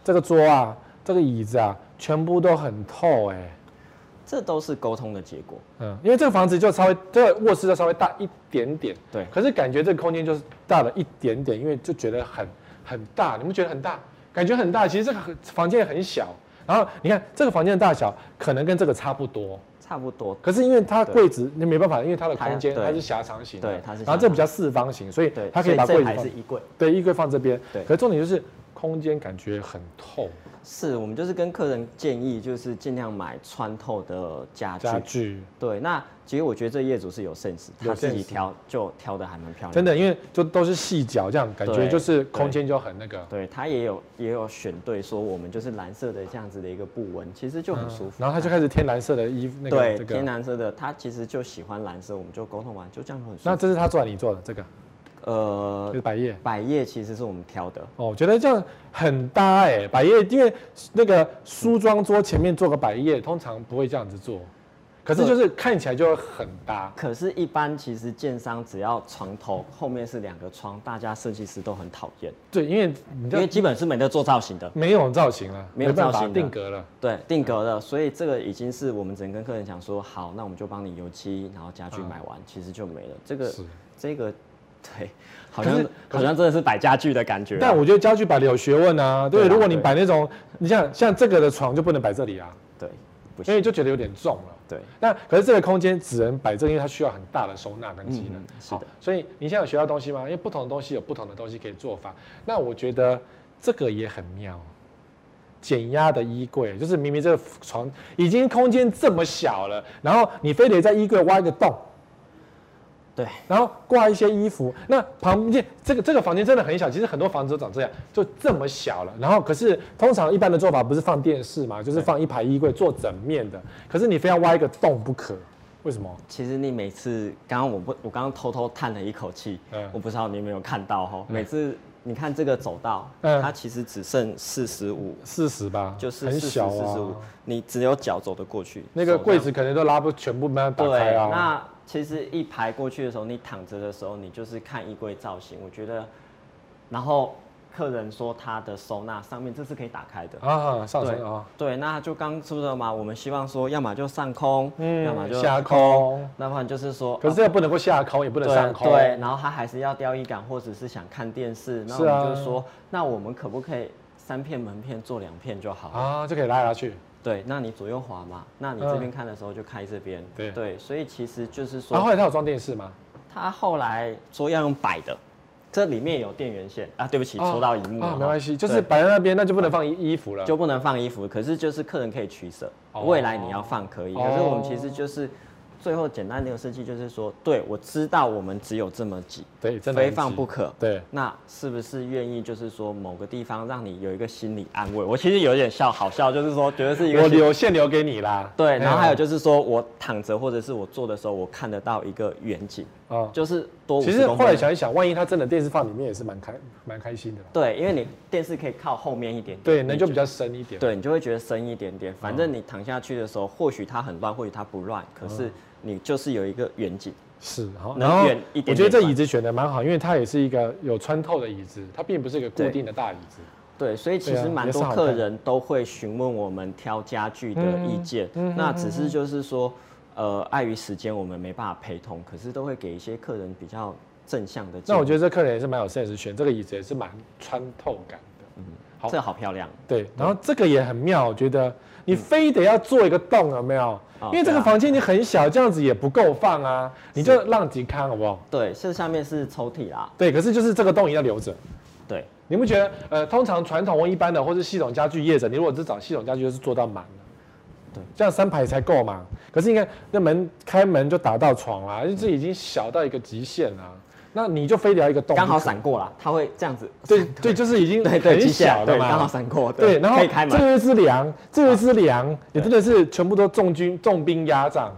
Speaker 1: 这个桌啊，这个椅子啊，全部都很透哎、
Speaker 2: 这都是沟通的结果。
Speaker 1: 嗯，因为这个房子就稍微，这个卧室就稍微大一点点，
Speaker 2: 对
Speaker 1: 可是感觉这个空间就是大了一点点，因为就觉得很很大，你们觉得很大？感觉很大，其实这个很房间很小。然后你看这个房间的大小可能跟这个差不多，
Speaker 2: 差不多。
Speaker 1: 可是因为它柜子那没办法，因为它的
Speaker 2: 它
Speaker 1: 空间
Speaker 2: 对
Speaker 1: 它是狭长型的，
Speaker 2: 对它是狭长
Speaker 1: 然后这比较四方形，所以
Speaker 2: 对，
Speaker 1: 它可以把
Speaker 2: 所
Speaker 1: 柜
Speaker 2: 这
Speaker 1: 子
Speaker 2: 排
Speaker 1: 放
Speaker 2: 是衣柜。
Speaker 1: 对衣柜放这边。
Speaker 2: 对
Speaker 1: 可是重点就是空间感觉很透，
Speaker 2: 是我们就是跟客人建议，就是尽量买穿透的家具。
Speaker 1: 家具
Speaker 2: 对，那其实我觉得这业主是有 sense，
Speaker 1: 有
Speaker 2: 他自己
Speaker 1: sense
Speaker 2: 挑就挑的还蛮漂亮
Speaker 1: 真
Speaker 2: 的。
Speaker 1: 的因为就都是细角这样，感觉
Speaker 2: 对
Speaker 1: 就是空间就很那个。
Speaker 2: 对他也有也有选对，说我们就是蓝色的这样子的一个布纹，其实就很舒服。
Speaker 1: 嗯然后他就开始添蓝色的衣服，那个
Speaker 2: 对
Speaker 1: 这
Speaker 2: 天
Speaker 1: 个。
Speaker 2: 蓝色的，他其实就喜欢蓝色，我们就沟通完就这样很舒
Speaker 1: 那
Speaker 2: 服。
Speaker 1: 这是他做的，你做的这个就
Speaker 2: 呃
Speaker 1: 是，百叶。
Speaker 2: 百叶其实是我们挑的，
Speaker 1: 哦，我觉得这样很搭哎、百叶，因为那个梳妆桌前面做个百叶，通常不会这样子做，可是就是看起来就会很搭。
Speaker 2: 可是，一般其实建商只要床头后面是两个窗，大家设计师都很讨厌，
Speaker 1: 对，因为你知
Speaker 2: 因
Speaker 1: 道
Speaker 2: 为基本是没得做造型的，
Speaker 1: 没有造型了，
Speaker 2: 没有
Speaker 1: 办
Speaker 2: 造
Speaker 1: 法
Speaker 2: 型的
Speaker 1: 定格了。
Speaker 2: 对，定格的，所以这个已经是我们只能跟客人讲说，好，那我们就帮你油漆，然后家具买完，其实就没了。这个
Speaker 1: 是
Speaker 2: 这个，对，好
Speaker 1: 可
Speaker 2: 像
Speaker 1: 是
Speaker 2: 好像真的是摆家具的感觉啊。
Speaker 1: 但我觉得家具摆的有学问啊，对不对
Speaker 2: 对啊
Speaker 1: 如果你摆那种，你像像这个的床就不能摆这里啊，
Speaker 2: 对不
Speaker 1: 因
Speaker 2: 行，
Speaker 1: 为就觉得有点重了。
Speaker 2: 对
Speaker 1: 那可是这个空间只能摆这个，因为它需要很大的收纳跟机能
Speaker 2: 嗯。是
Speaker 1: 好
Speaker 2: 的，
Speaker 1: 所以你现在有学到东西吗？因为不同的东西有不同的东西可以做法。那我觉得这个也很妙，减压的衣柜，就是明明这个床已经空间这么小了，然后你非得在衣柜挖一个洞，
Speaker 2: 对，
Speaker 1: 然后挂一些衣服。那旁边这个这个房间真的很小，其实很多房子都长这样，就这么小了。然后可是通常一般的做法不是放电视嘛，就是放一排衣柜做整面的，可是你非要挖一个洞不可，为什么？
Speaker 2: 其实你每次，刚刚我不，我刚刚偷偷叹了一口气，
Speaker 1: 嗯
Speaker 2: 我不知道你有没有看到哈、每次你看这个走道，
Speaker 1: 嗯
Speaker 2: 它其实只剩四十五，
Speaker 1: 四十吧，
Speaker 2: 就是
Speaker 1: 很
Speaker 2: 四十、四
Speaker 1: 小啊
Speaker 2: 十五，你只有脚走得过去。
Speaker 1: 那个
Speaker 2: 手
Speaker 1: 柜
Speaker 2: 这
Speaker 1: 子可能都拉不全部没办法
Speaker 2: 样
Speaker 1: 打开
Speaker 2: 对，
Speaker 1: 啊。
Speaker 2: 那其实一排过去的时候，你躺着的时候，你就是看衣柜造型，我觉得，然后客人说他的收纳上面这是可以打开的。
Speaker 1: 啊，上
Speaker 2: 对
Speaker 1: 升啊，
Speaker 2: 对，那就刚说的嘛，我们希望说，要么就上空，要么就
Speaker 1: 嗯下，空，
Speaker 2: 要不然就是说，哦
Speaker 1: 可是这个不能够下空，也不能上空。
Speaker 2: 对，对，然后他还是要雕衣感，或者是想看电视，那
Speaker 1: 是
Speaker 2: 我
Speaker 1: 啊
Speaker 2: 们就说，那我们可不可以三片门片做两片就好了？
Speaker 1: 啊，就可以拉来拉去。
Speaker 2: 对，那你左右滑嘛，那你这边看的时候就开这边，
Speaker 1: 嗯对啊
Speaker 2: 所以其实就是说，
Speaker 1: 然后后来他有装电视吗？
Speaker 2: 他后来说要用摆的，这里面有电源线啊，对不起，
Speaker 1: 啊
Speaker 2: 戳到荧幕
Speaker 1: 啊
Speaker 2: 了，
Speaker 1: 没关系，
Speaker 2: 对
Speaker 1: 就是摆在那边，那就不能放衣衣服了。
Speaker 2: 就不能放衣服，可是就是客人可以取舍，
Speaker 1: 哦
Speaker 2: 未来你要放可以，
Speaker 1: 哦
Speaker 2: 可是我们其实就是。最后简单的一个设计就是说，对我知道我们只有这么几，
Speaker 1: 对，真的
Speaker 2: 非
Speaker 1: 很
Speaker 2: 放
Speaker 1: 急
Speaker 2: 不可。
Speaker 1: 对，
Speaker 2: 那是不是愿意就是说某个地方让你有一个心理安慰？我其实有点笑，好笑，就是说觉得是一个
Speaker 1: 我
Speaker 2: 心
Speaker 1: 留哎线留给你啦。
Speaker 2: 对，然后还有
Speaker 1: 就
Speaker 2: 就是说我躺着或者是我坐的时候，我看得到一个远景，
Speaker 1: 啊，
Speaker 2: 就是多
Speaker 1: 其实
Speaker 2: 50公
Speaker 1: 后来
Speaker 2: 分。
Speaker 1: 想一想，万一他真的电视放里面也是蛮开蛮开心的啦。
Speaker 2: 对，因为你电视可以靠后面一点点，
Speaker 1: 对，
Speaker 2: 你
Speaker 1: 那就嗯比较深一点。
Speaker 2: 对你就会觉得深一点点。反正你躺下去的时候，或许它很乱，或许它不乱，可
Speaker 1: 嗯
Speaker 2: 是你就是有一个远景。
Speaker 1: 是，好，
Speaker 2: 能
Speaker 1: 然后
Speaker 2: 远一
Speaker 1: 我
Speaker 2: 点
Speaker 1: 觉得
Speaker 2: 点
Speaker 1: 这
Speaker 2: 吧
Speaker 1: 椅子选的蛮好，因为它也是一个有穿透的椅子，它并不是一个固
Speaker 2: 对
Speaker 1: 定的大椅子。
Speaker 2: 对，所以其
Speaker 1: 对啊
Speaker 2: 实蛮
Speaker 1: 也是
Speaker 2: 多
Speaker 1: 好
Speaker 2: 客
Speaker 1: 看
Speaker 2: 人都会询问我们挑家具的意见，
Speaker 1: 嗯嗯
Speaker 2: 那只是就是说，呃，碍于时间我们没办法陪同，可是都会给一些客人比较正向的建议。
Speaker 1: 那我觉得这客人也是蛮有 sense，选这个椅子也是蛮穿透感的。
Speaker 2: 嗯
Speaker 1: 好
Speaker 2: 这好漂亮，
Speaker 1: 对，然后这个也很妙，我觉得
Speaker 2: 嗯
Speaker 1: 你非得要做一个洞，有没有？
Speaker 2: 哦
Speaker 1: 因为这
Speaker 2: 啊
Speaker 1: 个房间你很小，这样子也不够放啊，你就让吉看好不好？
Speaker 2: 对，这下面是抽屉啦，
Speaker 1: 对，可是就是这个洞一定要留着。
Speaker 2: 对，
Speaker 1: 你不觉得？呃，通常传统或一般的，或是系统家具业者，你如果只找系统家具，就是做到满了。
Speaker 2: 对，
Speaker 1: 这样三排才够嘛。可是你看，那门开门就打到床啦，这已经小到一个极限啦。那你就非得要一个洞，
Speaker 2: 刚好闪过啦，它会这样子，
Speaker 1: 对对，就是已经
Speaker 2: 对对，
Speaker 1: 很
Speaker 2: 极限
Speaker 1: 小的
Speaker 2: 对，
Speaker 1: 嘛，
Speaker 2: 刚好闪过，
Speaker 1: 对，然后
Speaker 2: 可以开
Speaker 1: 这
Speaker 2: 门，啊
Speaker 1: 又一只梁，这又一只梁，也真的是全部都重军重兵压仗。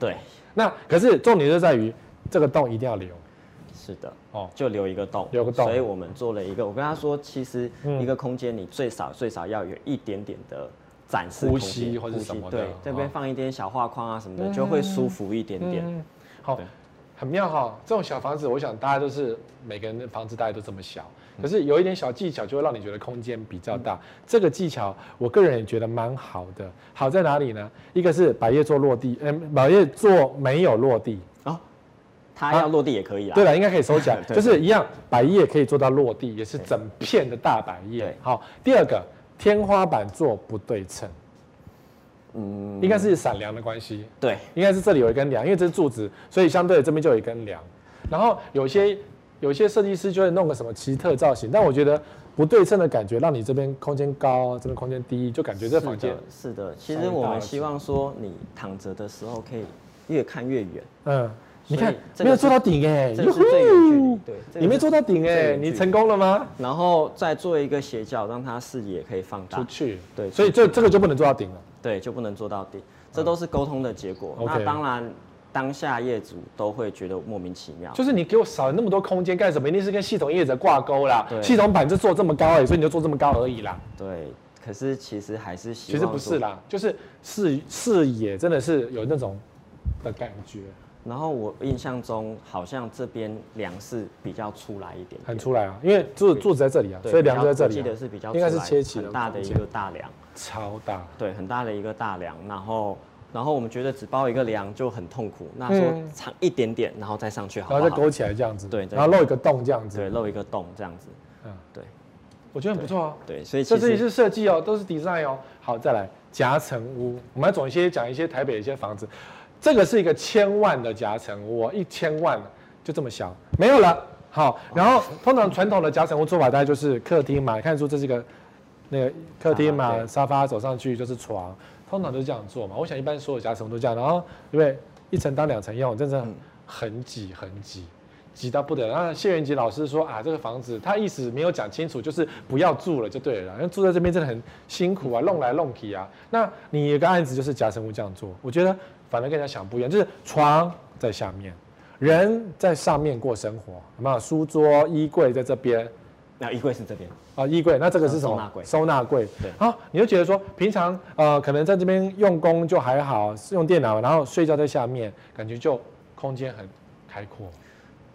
Speaker 2: 对，
Speaker 1: 那可是重点就在于这个洞一定要留
Speaker 2: 是的。
Speaker 1: 哦，
Speaker 2: 就留一个洞，
Speaker 1: 留个洞
Speaker 2: 所以我们做了一个。我跟他说，其实一个空间你最少最少要有一点点的展示
Speaker 1: 呼
Speaker 2: 空
Speaker 1: 吸
Speaker 2: 间
Speaker 1: 或是
Speaker 2: 呼吸
Speaker 1: 什么的
Speaker 2: 对
Speaker 1: 哦，
Speaker 2: 这边放一点小画框啊什么的，就会舒服一点点。
Speaker 1: 嗯，好
Speaker 2: 对，
Speaker 1: 很妙哈、这种小房子，我想大家都是每个人的房子大家都这么小，可是有一点小技巧就会让你觉得空间比较
Speaker 2: 嗯
Speaker 1: 大。这个技巧我个人也觉得蛮好的，好在哪里呢？一个是百叶做落地，嗯、百叶做没有落地。
Speaker 2: 哦，它要落地也可以啦。，
Speaker 1: 嗯对了，应该可以收起来
Speaker 2: 对
Speaker 1: 就是一样，百叶可以做到落地，也是整片的大百叶
Speaker 2: 对。
Speaker 1: 好，第二个天花板做不对称，
Speaker 2: 嗯，
Speaker 1: 应该是闪梁的关系，
Speaker 2: 对，
Speaker 1: 应该是这里有一根梁，因为这是柱子，所以相对的这边就有一根梁。然后有些有些设计师就会弄个什么奇特造型，但我觉得不对称的感觉，让你这边空间高，这边空间低，就感觉这
Speaker 2: 是
Speaker 1: 房间
Speaker 2: 的，是的。其
Speaker 1: 稍
Speaker 2: 实
Speaker 1: 微
Speaker 2: 我
Speaker 1: 大
Speaker 2: 们
Speaker 1: 了
Speaker 2: 希望说，你躺着的时候可以越看越远，
Speaker 1: 嗯，你看
Speaker 2: 所以这个
Speaker 1: 没有
Speaker 2: 是
Speaker 1: 做到顶哎，
Speaker 2: 这个是最远距离。对，这个
Speaker 1: 你没
Speaker 2: 是
Speaker 1: 做到顶
Speaker 2: 最
Speaker 1: 哎，
Speaker 2: 远距离
Speaker 1: 你成功了吗？
Speaker 2: 然后再做一个斜角，让它视野可以放大
Speaker 1: 出。去，
Speaker 2: 对
Speaker 1: 所以
Speaker 2: 出去
Speaker 1: 这这个就不能做到顶了。
Speaker 2: 对，就不能做到底，这都是沟通的结果。
Speaker 1: 嗯 OK
Speaker 2: 那当然，当下业主都会觉得莫名其妙。
Speaker 1: 就是你给我少了那么多空间干什么？一定是跟系统业者挂钩啦。
Speaker 2: 对
Speaker 1: 系统版就做这么高而已，所以你就做这么高而已啦。
Speaker 2: 对，可是其实还是希
Speaker 1: 其实
Speaker 2: 望
Speaker 1: 不
Speaker 2: 说
Speaker 1: 是。啦，就是视视野真的是有那种的感觉，
Speaker 2: 然后我印象中好像这边梁是比较出来一点点
Speaker 1: 很出来啊，因为柱柱子在这里啊，
Speaker 2: 对
Speaker 1: 所以梁
Speaker 2: 比
Speaker 1: 就
Speaker 2: 较
Speaker 1: 在这
Speaker 2: 我记
Speaker 1: 里、
Speaker 2: 得
Speaker 1: 啊，
Speaker 2: 是比较
Speaker 1: 应该是
Speaker 2: 出来
Speaker 1: 切起的
Speaker 2: 很大的
Speaker 1: 空
Speaker 2: 一
Speaker 1: 间
Speaker 2: 个大梁，
Speaker 1: 超大。
Speaker 2: 对，很大的一个大梁。然后，然后我们觉得只包一个梁就很痛苦，那说
Speaker 1: 嗯
Speaker 2: 长一点点，然后再上去好
Speaker 1: 然
Speaker 2: 不
Speaker 1: 后再
Speaker 2: 好？
Speaker 1: 勾起来这样子，
Speaker 2: 对对
Speaker 1: 然后露一个洞这样子，
Speaker 2: 对，漏一个洞这样子。
Speaker 1: 嗯
Speaker 2: 对
Speaker 1: 我觉得很不错啊。
Speaker 2: 对，所以
Speaker 1: 这
Speaker 2: 其
Speaker 1: 这里
Speaker 2: 实
Speaker 1: 是设计哦，都是 design 哦。好，再来夹层屋，我们要总一些讲一些台北的一些房子，这个是一个千万的夹层屋、哦，一千万就这么小，没有了。好，然
Speaker 2: 啊
Speaker 1: 后通常传统的夹层屋做法大概就是客厅嘛，看出这是一个那个客厅
Speaker 2: 沙发
Speaker 1: 嘛，
Speaker 2: 对
Speaker 1: 沙发走上去就是床，哦通常都是这样做嘛。我想一般所有夹层屋都这样，然后因为一层当两层用，真的很很挤很挤，挤到不得了。那谢元吉老师说啊，这个房子他意思没有讲清楚，就是不要住了就对了啦，因为住在这边真的很辛苦啊，弄来弄去啊。那你有个案子就是夹生屋这样做，我觉得反而跟人家想不一样，就是床在下面，人在上面过生活，有没有？书桌、衣柜在这边，
Speaker 2: 那衣柜是这边，
Speaker 1: 啊，衣柜，那这个是什么？
Speaker 2: 收纳柜
Speaker 1: 收纳柜。
Speaker 2: 对
Speaker 1: 啊，你就觉得说，平常呃，可能在这边用功就还好，用电脑，然后睡觉在下面，感觉就空间很开阔，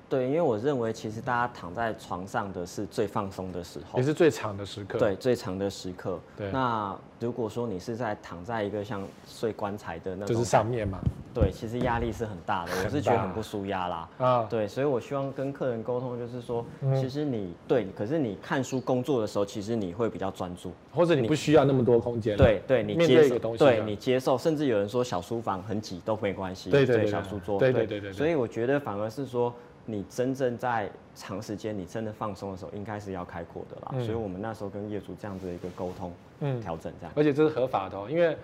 Speaker 2: 对，因为我认为其实大家躺在床上的是最放松的时候
Speaker 1: 也，是最长的时刻。
Speaker 2: 对，最长的时刻。
Speaker 1: 对
Speaker 2: 那如果说你是在躺在一个像睡棺材的那
Speaker 1: 就
Speaker 2: 种，
Speaker 1: 是上面嘛。
Speaker 2: 对，其实压力是很大的，我是觉得很不舒压啦。
Speaker 1: 啊，
Speaker 2: 对，所以我希望跟客人沟通，就是说，
Speaker 1: 嗯
Speaker 2: 其实你对，可是你看书工作的时候，其实你会比较专注。
Speaker 1: 或者你不需要那么多空间。
Speaker 2: 对，对你
Speaker 1: 面
Speaker 2: 接
Speaker 1: 对一
Speaker 2: 受，
Speaker 1: 个东西啊
Speaker 2: 对你接受，甚至有人说小书房很挤都没关系，
Speaker 1: 对对对
Speaker 2: 小
Speaker 1: 对
Speaker 2: 书桌，
Speaker 1: 对对对对对
Speaker 2: 所以我觉得反而是说，你真正在长时间你真的放松的时候，应该是要开阔的啦。
Speaker 1: 嗯
Speaker 2: 所以我们那时候跟业主这样子的一个沟通，
Speaker 1: 嗯，
Speaker 2: 调整这样。
Speaker 1: 而且这是合法的、哦，因为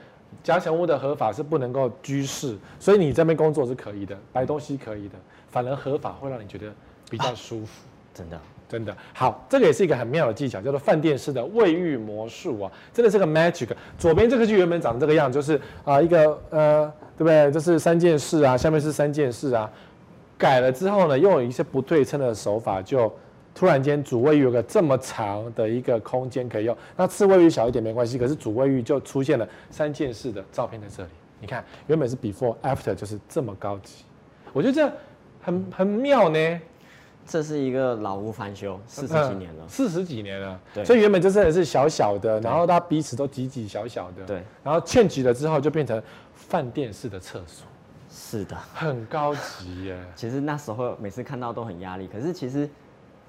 Speaker 1: 夹层屋的合法是不能够居室，所以你这边工作是可以的，摆东西可以的，反而合法会让你觉得比较舒服。
Speaker 2: 真的，
Speaker 1: 真的好，这个也是一个很妙的技巧，叫做饭店式的卫浴魔术啊，真的是个 magic。左边这个剧原本长这个样，就是啊、一个呃，对不对？就是三件事啊，下面是三件事啊。改了之后呢，又有一些不对称的手法，就突然间主卫浴有个这么长的一个空间可以用。那次卫浴小一点没关系，可是主卫浴就出现了三件事的照片在这里。你看，原本是 before after，就是这么高级，我觉得这很很妙呢。
Speaker 2: 这是一个老屋翻修，四十几年了
Speaker 1: 嗯，四十几年了。
Speaker 2: 对
Speaker 1: 所以原本就真的是小小的，然后它彼此都挤挤小小的，，
Speaker 2: 对，
Speaker 1: 然后嵌挤了之后就变成饭店式的厕所，
Speaker 2: 是的。
Speaker 1: 很高级 耶。
Speaker 2: 其实那时候每次看到都很压力，可是其实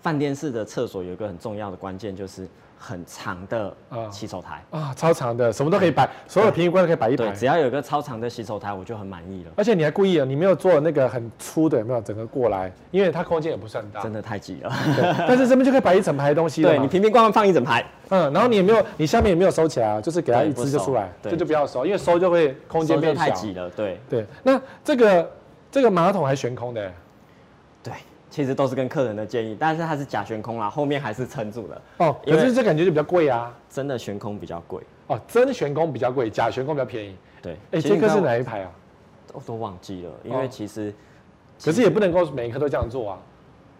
Speaker 2: 饭店式的厕所有一个很重要的关键，就是很长的
Speaker 1: 啊
Speaker 2: 洗手台。
Speaker 1: 啊，超长的，什么都可以摆，所有瓶罐都可以摆一
Speaker 2: 对，
Speaker 1: 排。
Speaker 2: 只要有一个超长的洗手台，我就很满意了。
Speaker 1: 而且你还故意啊，你没有做那个很粗的，有没有？整个过来，因为它空间也不算大，
Speaker 2: 真的太挤了，
Speaker 1: 对但是这边就可以摆一整排东西了
Speaker 2: 对
Speaker 1: 嘛
Speaker 2: 你。平平光光放一 整排，
Speaker 1: 嗯，然后你也没有，你下面也没有收起来啊，就是给它
Speaker 2: 对
Speaker 1: 一支就
Speaker 2: 不收
Speaker 1: 出来，
Speaker 2: 对
Speaker 1: 这就不要收，因为收就会空间
Speaker 2: 手就
Speaker 1: 变
Speaker 2: 太
Speaker 1: 小。
Speaker 2: 挤了，对
Speaker 1: 对，那这个这个马桶还悬空的耶、
Speaker 2: 对，其实都是跟客人的建议，但是它是假悬 空啦，后面还是撑住了，
Speaker 1: 哦，
Speaker 2: 因
Speaker 1: 可
Speaker 2: 为
Speaker 1: 是这感觉就比较贵啊。
Speaker 2: 真的悬空比较贵，
Speaker 1: 哦，真悬空比较贵，假悬空比较便宜。
Speaker 2: 对，
Speaker 1: 哎、
Speaker 2: 其实
Speaker 1: 这
Speaker 2: 你
Speaker 1: 个
Speaker 2: 看
Speaker 1: 是
Speaker 2: 我
Speaker 1: 哪一排啊？
Speaker 2: 我都忘记了，因为
Speaker 1: 哦
Speaker 2: 其实
Speaker 1: 可是也不能够每一颗都这样做啊。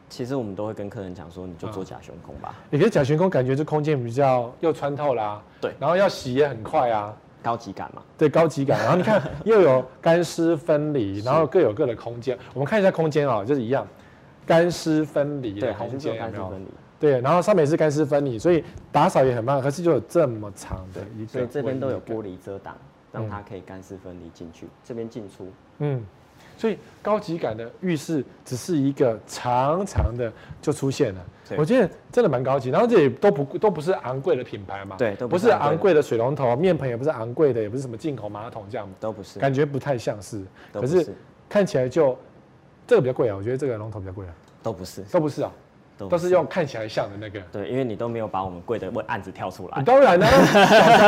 Speaker 2: 其实我们都会跟客人讲说，你就
Speaker 1: 嗯
Speaker 2: 做假悬空吧，
Speaker 1: 你可是假悬空感觉这空间比较又穿透啦、
Speaker 2: 对
Speaker 1: 然后要洗也很快啊，
Speaker 2: 高级感嘛，
Speaker 1: 对，高级感。然后你 看又有干湿分离，然后各有各的空间。我们看一下空间啊、就是一样，干湿分离
Speaker 2: 对，
Speaker 1: 的
Speaker 2: 还
Speaker 1: 空
Speaker 2: 是做
Speaker 1: 间
Speaker 2: 干
Speaker 1: 有
Speaker 2: 湿
Speaker 1: 没有？
Speaker 2: 分离。
Speaker 1: 对，然后上面也是干湿分离，所以打扫也很慢，可是就有这么长的嗯一个，
Speaker 2: 所以这边都有玻。璃遮挡，让它可以干湿分离进去，这边进出。
Speaker 1: 嗯，所以高级感的浴室只是一个长长的就出现了，
Speaker 2: 对
Speaker 1: 我觉得真的蛮高级。然后这也都不都不是昂贵的品牌嘛，
Speaker 2: 对都
Speaker 1: 不
Speaker 2: 不
Speaker 1: 是
Speaker 2: 是
Speaker 1: 昂
Speaker 2: 昂
Speaker 1: 贵
Speaker 2: 贵
Speaker 1: 的水龙头，面盆也不是昂贵的，也不是什么进口马桶这样，
Speaker 2: 都不是，
Speaker 1: 感觉不太像是。可
Speaker 2: 都不
Speaker 1: 是看起来就这个比较贵啊，我觉得这个龙头比较贵啊，
Speaker 2: 都不是，
Speaker 1: 都不是啊，
Speaker 2: 都
Speaker 1: 都是用看起来像的那个。
Speaker 2: 对，因为你都没有把我们贵的问案子挑出来，
Speaker 1: 当然啦、啊小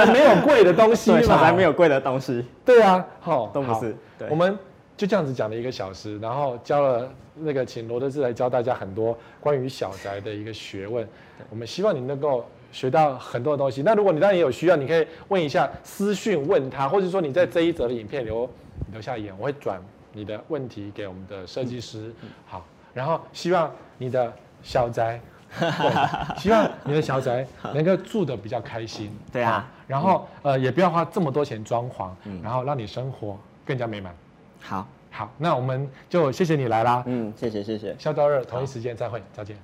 Speaker 1: 宅没有贵的东西嘛，
Speaker 2: 对，小白没有贵的东西，
Speaker 1: 对啊，好，
Speaker 2: 都不
Speaker 1: 好
Speaker 2: 是对
Speaker 1: 我们就这样子讲了一个小时，然后教了那个请罗德志来教大家很多关于小宅的一个学问。我们希望你能够学到很多的东西。那如果你当然也有需要，你可以问一下私讯问他，或者说你在这一则的影片留留下言，我会转你的问题给我们的设计师。
Speaker 2: 嗯
Speaker 1: 好，然后希望你的小宅。对希望你的小宅能够住的比较开心。
Speaker 2: 对啊，嗯
Speaker 1: 然后呃也不要花这么多钱装潢，然后让你生活更加美满。
Speaker 2: 好，
Speaker 1: 好，那我们就谢谢你来啦，啊
Speaker 2: 嗯，谢谢谢谢。
Speaker 1: 下周二同一时间再会，再见。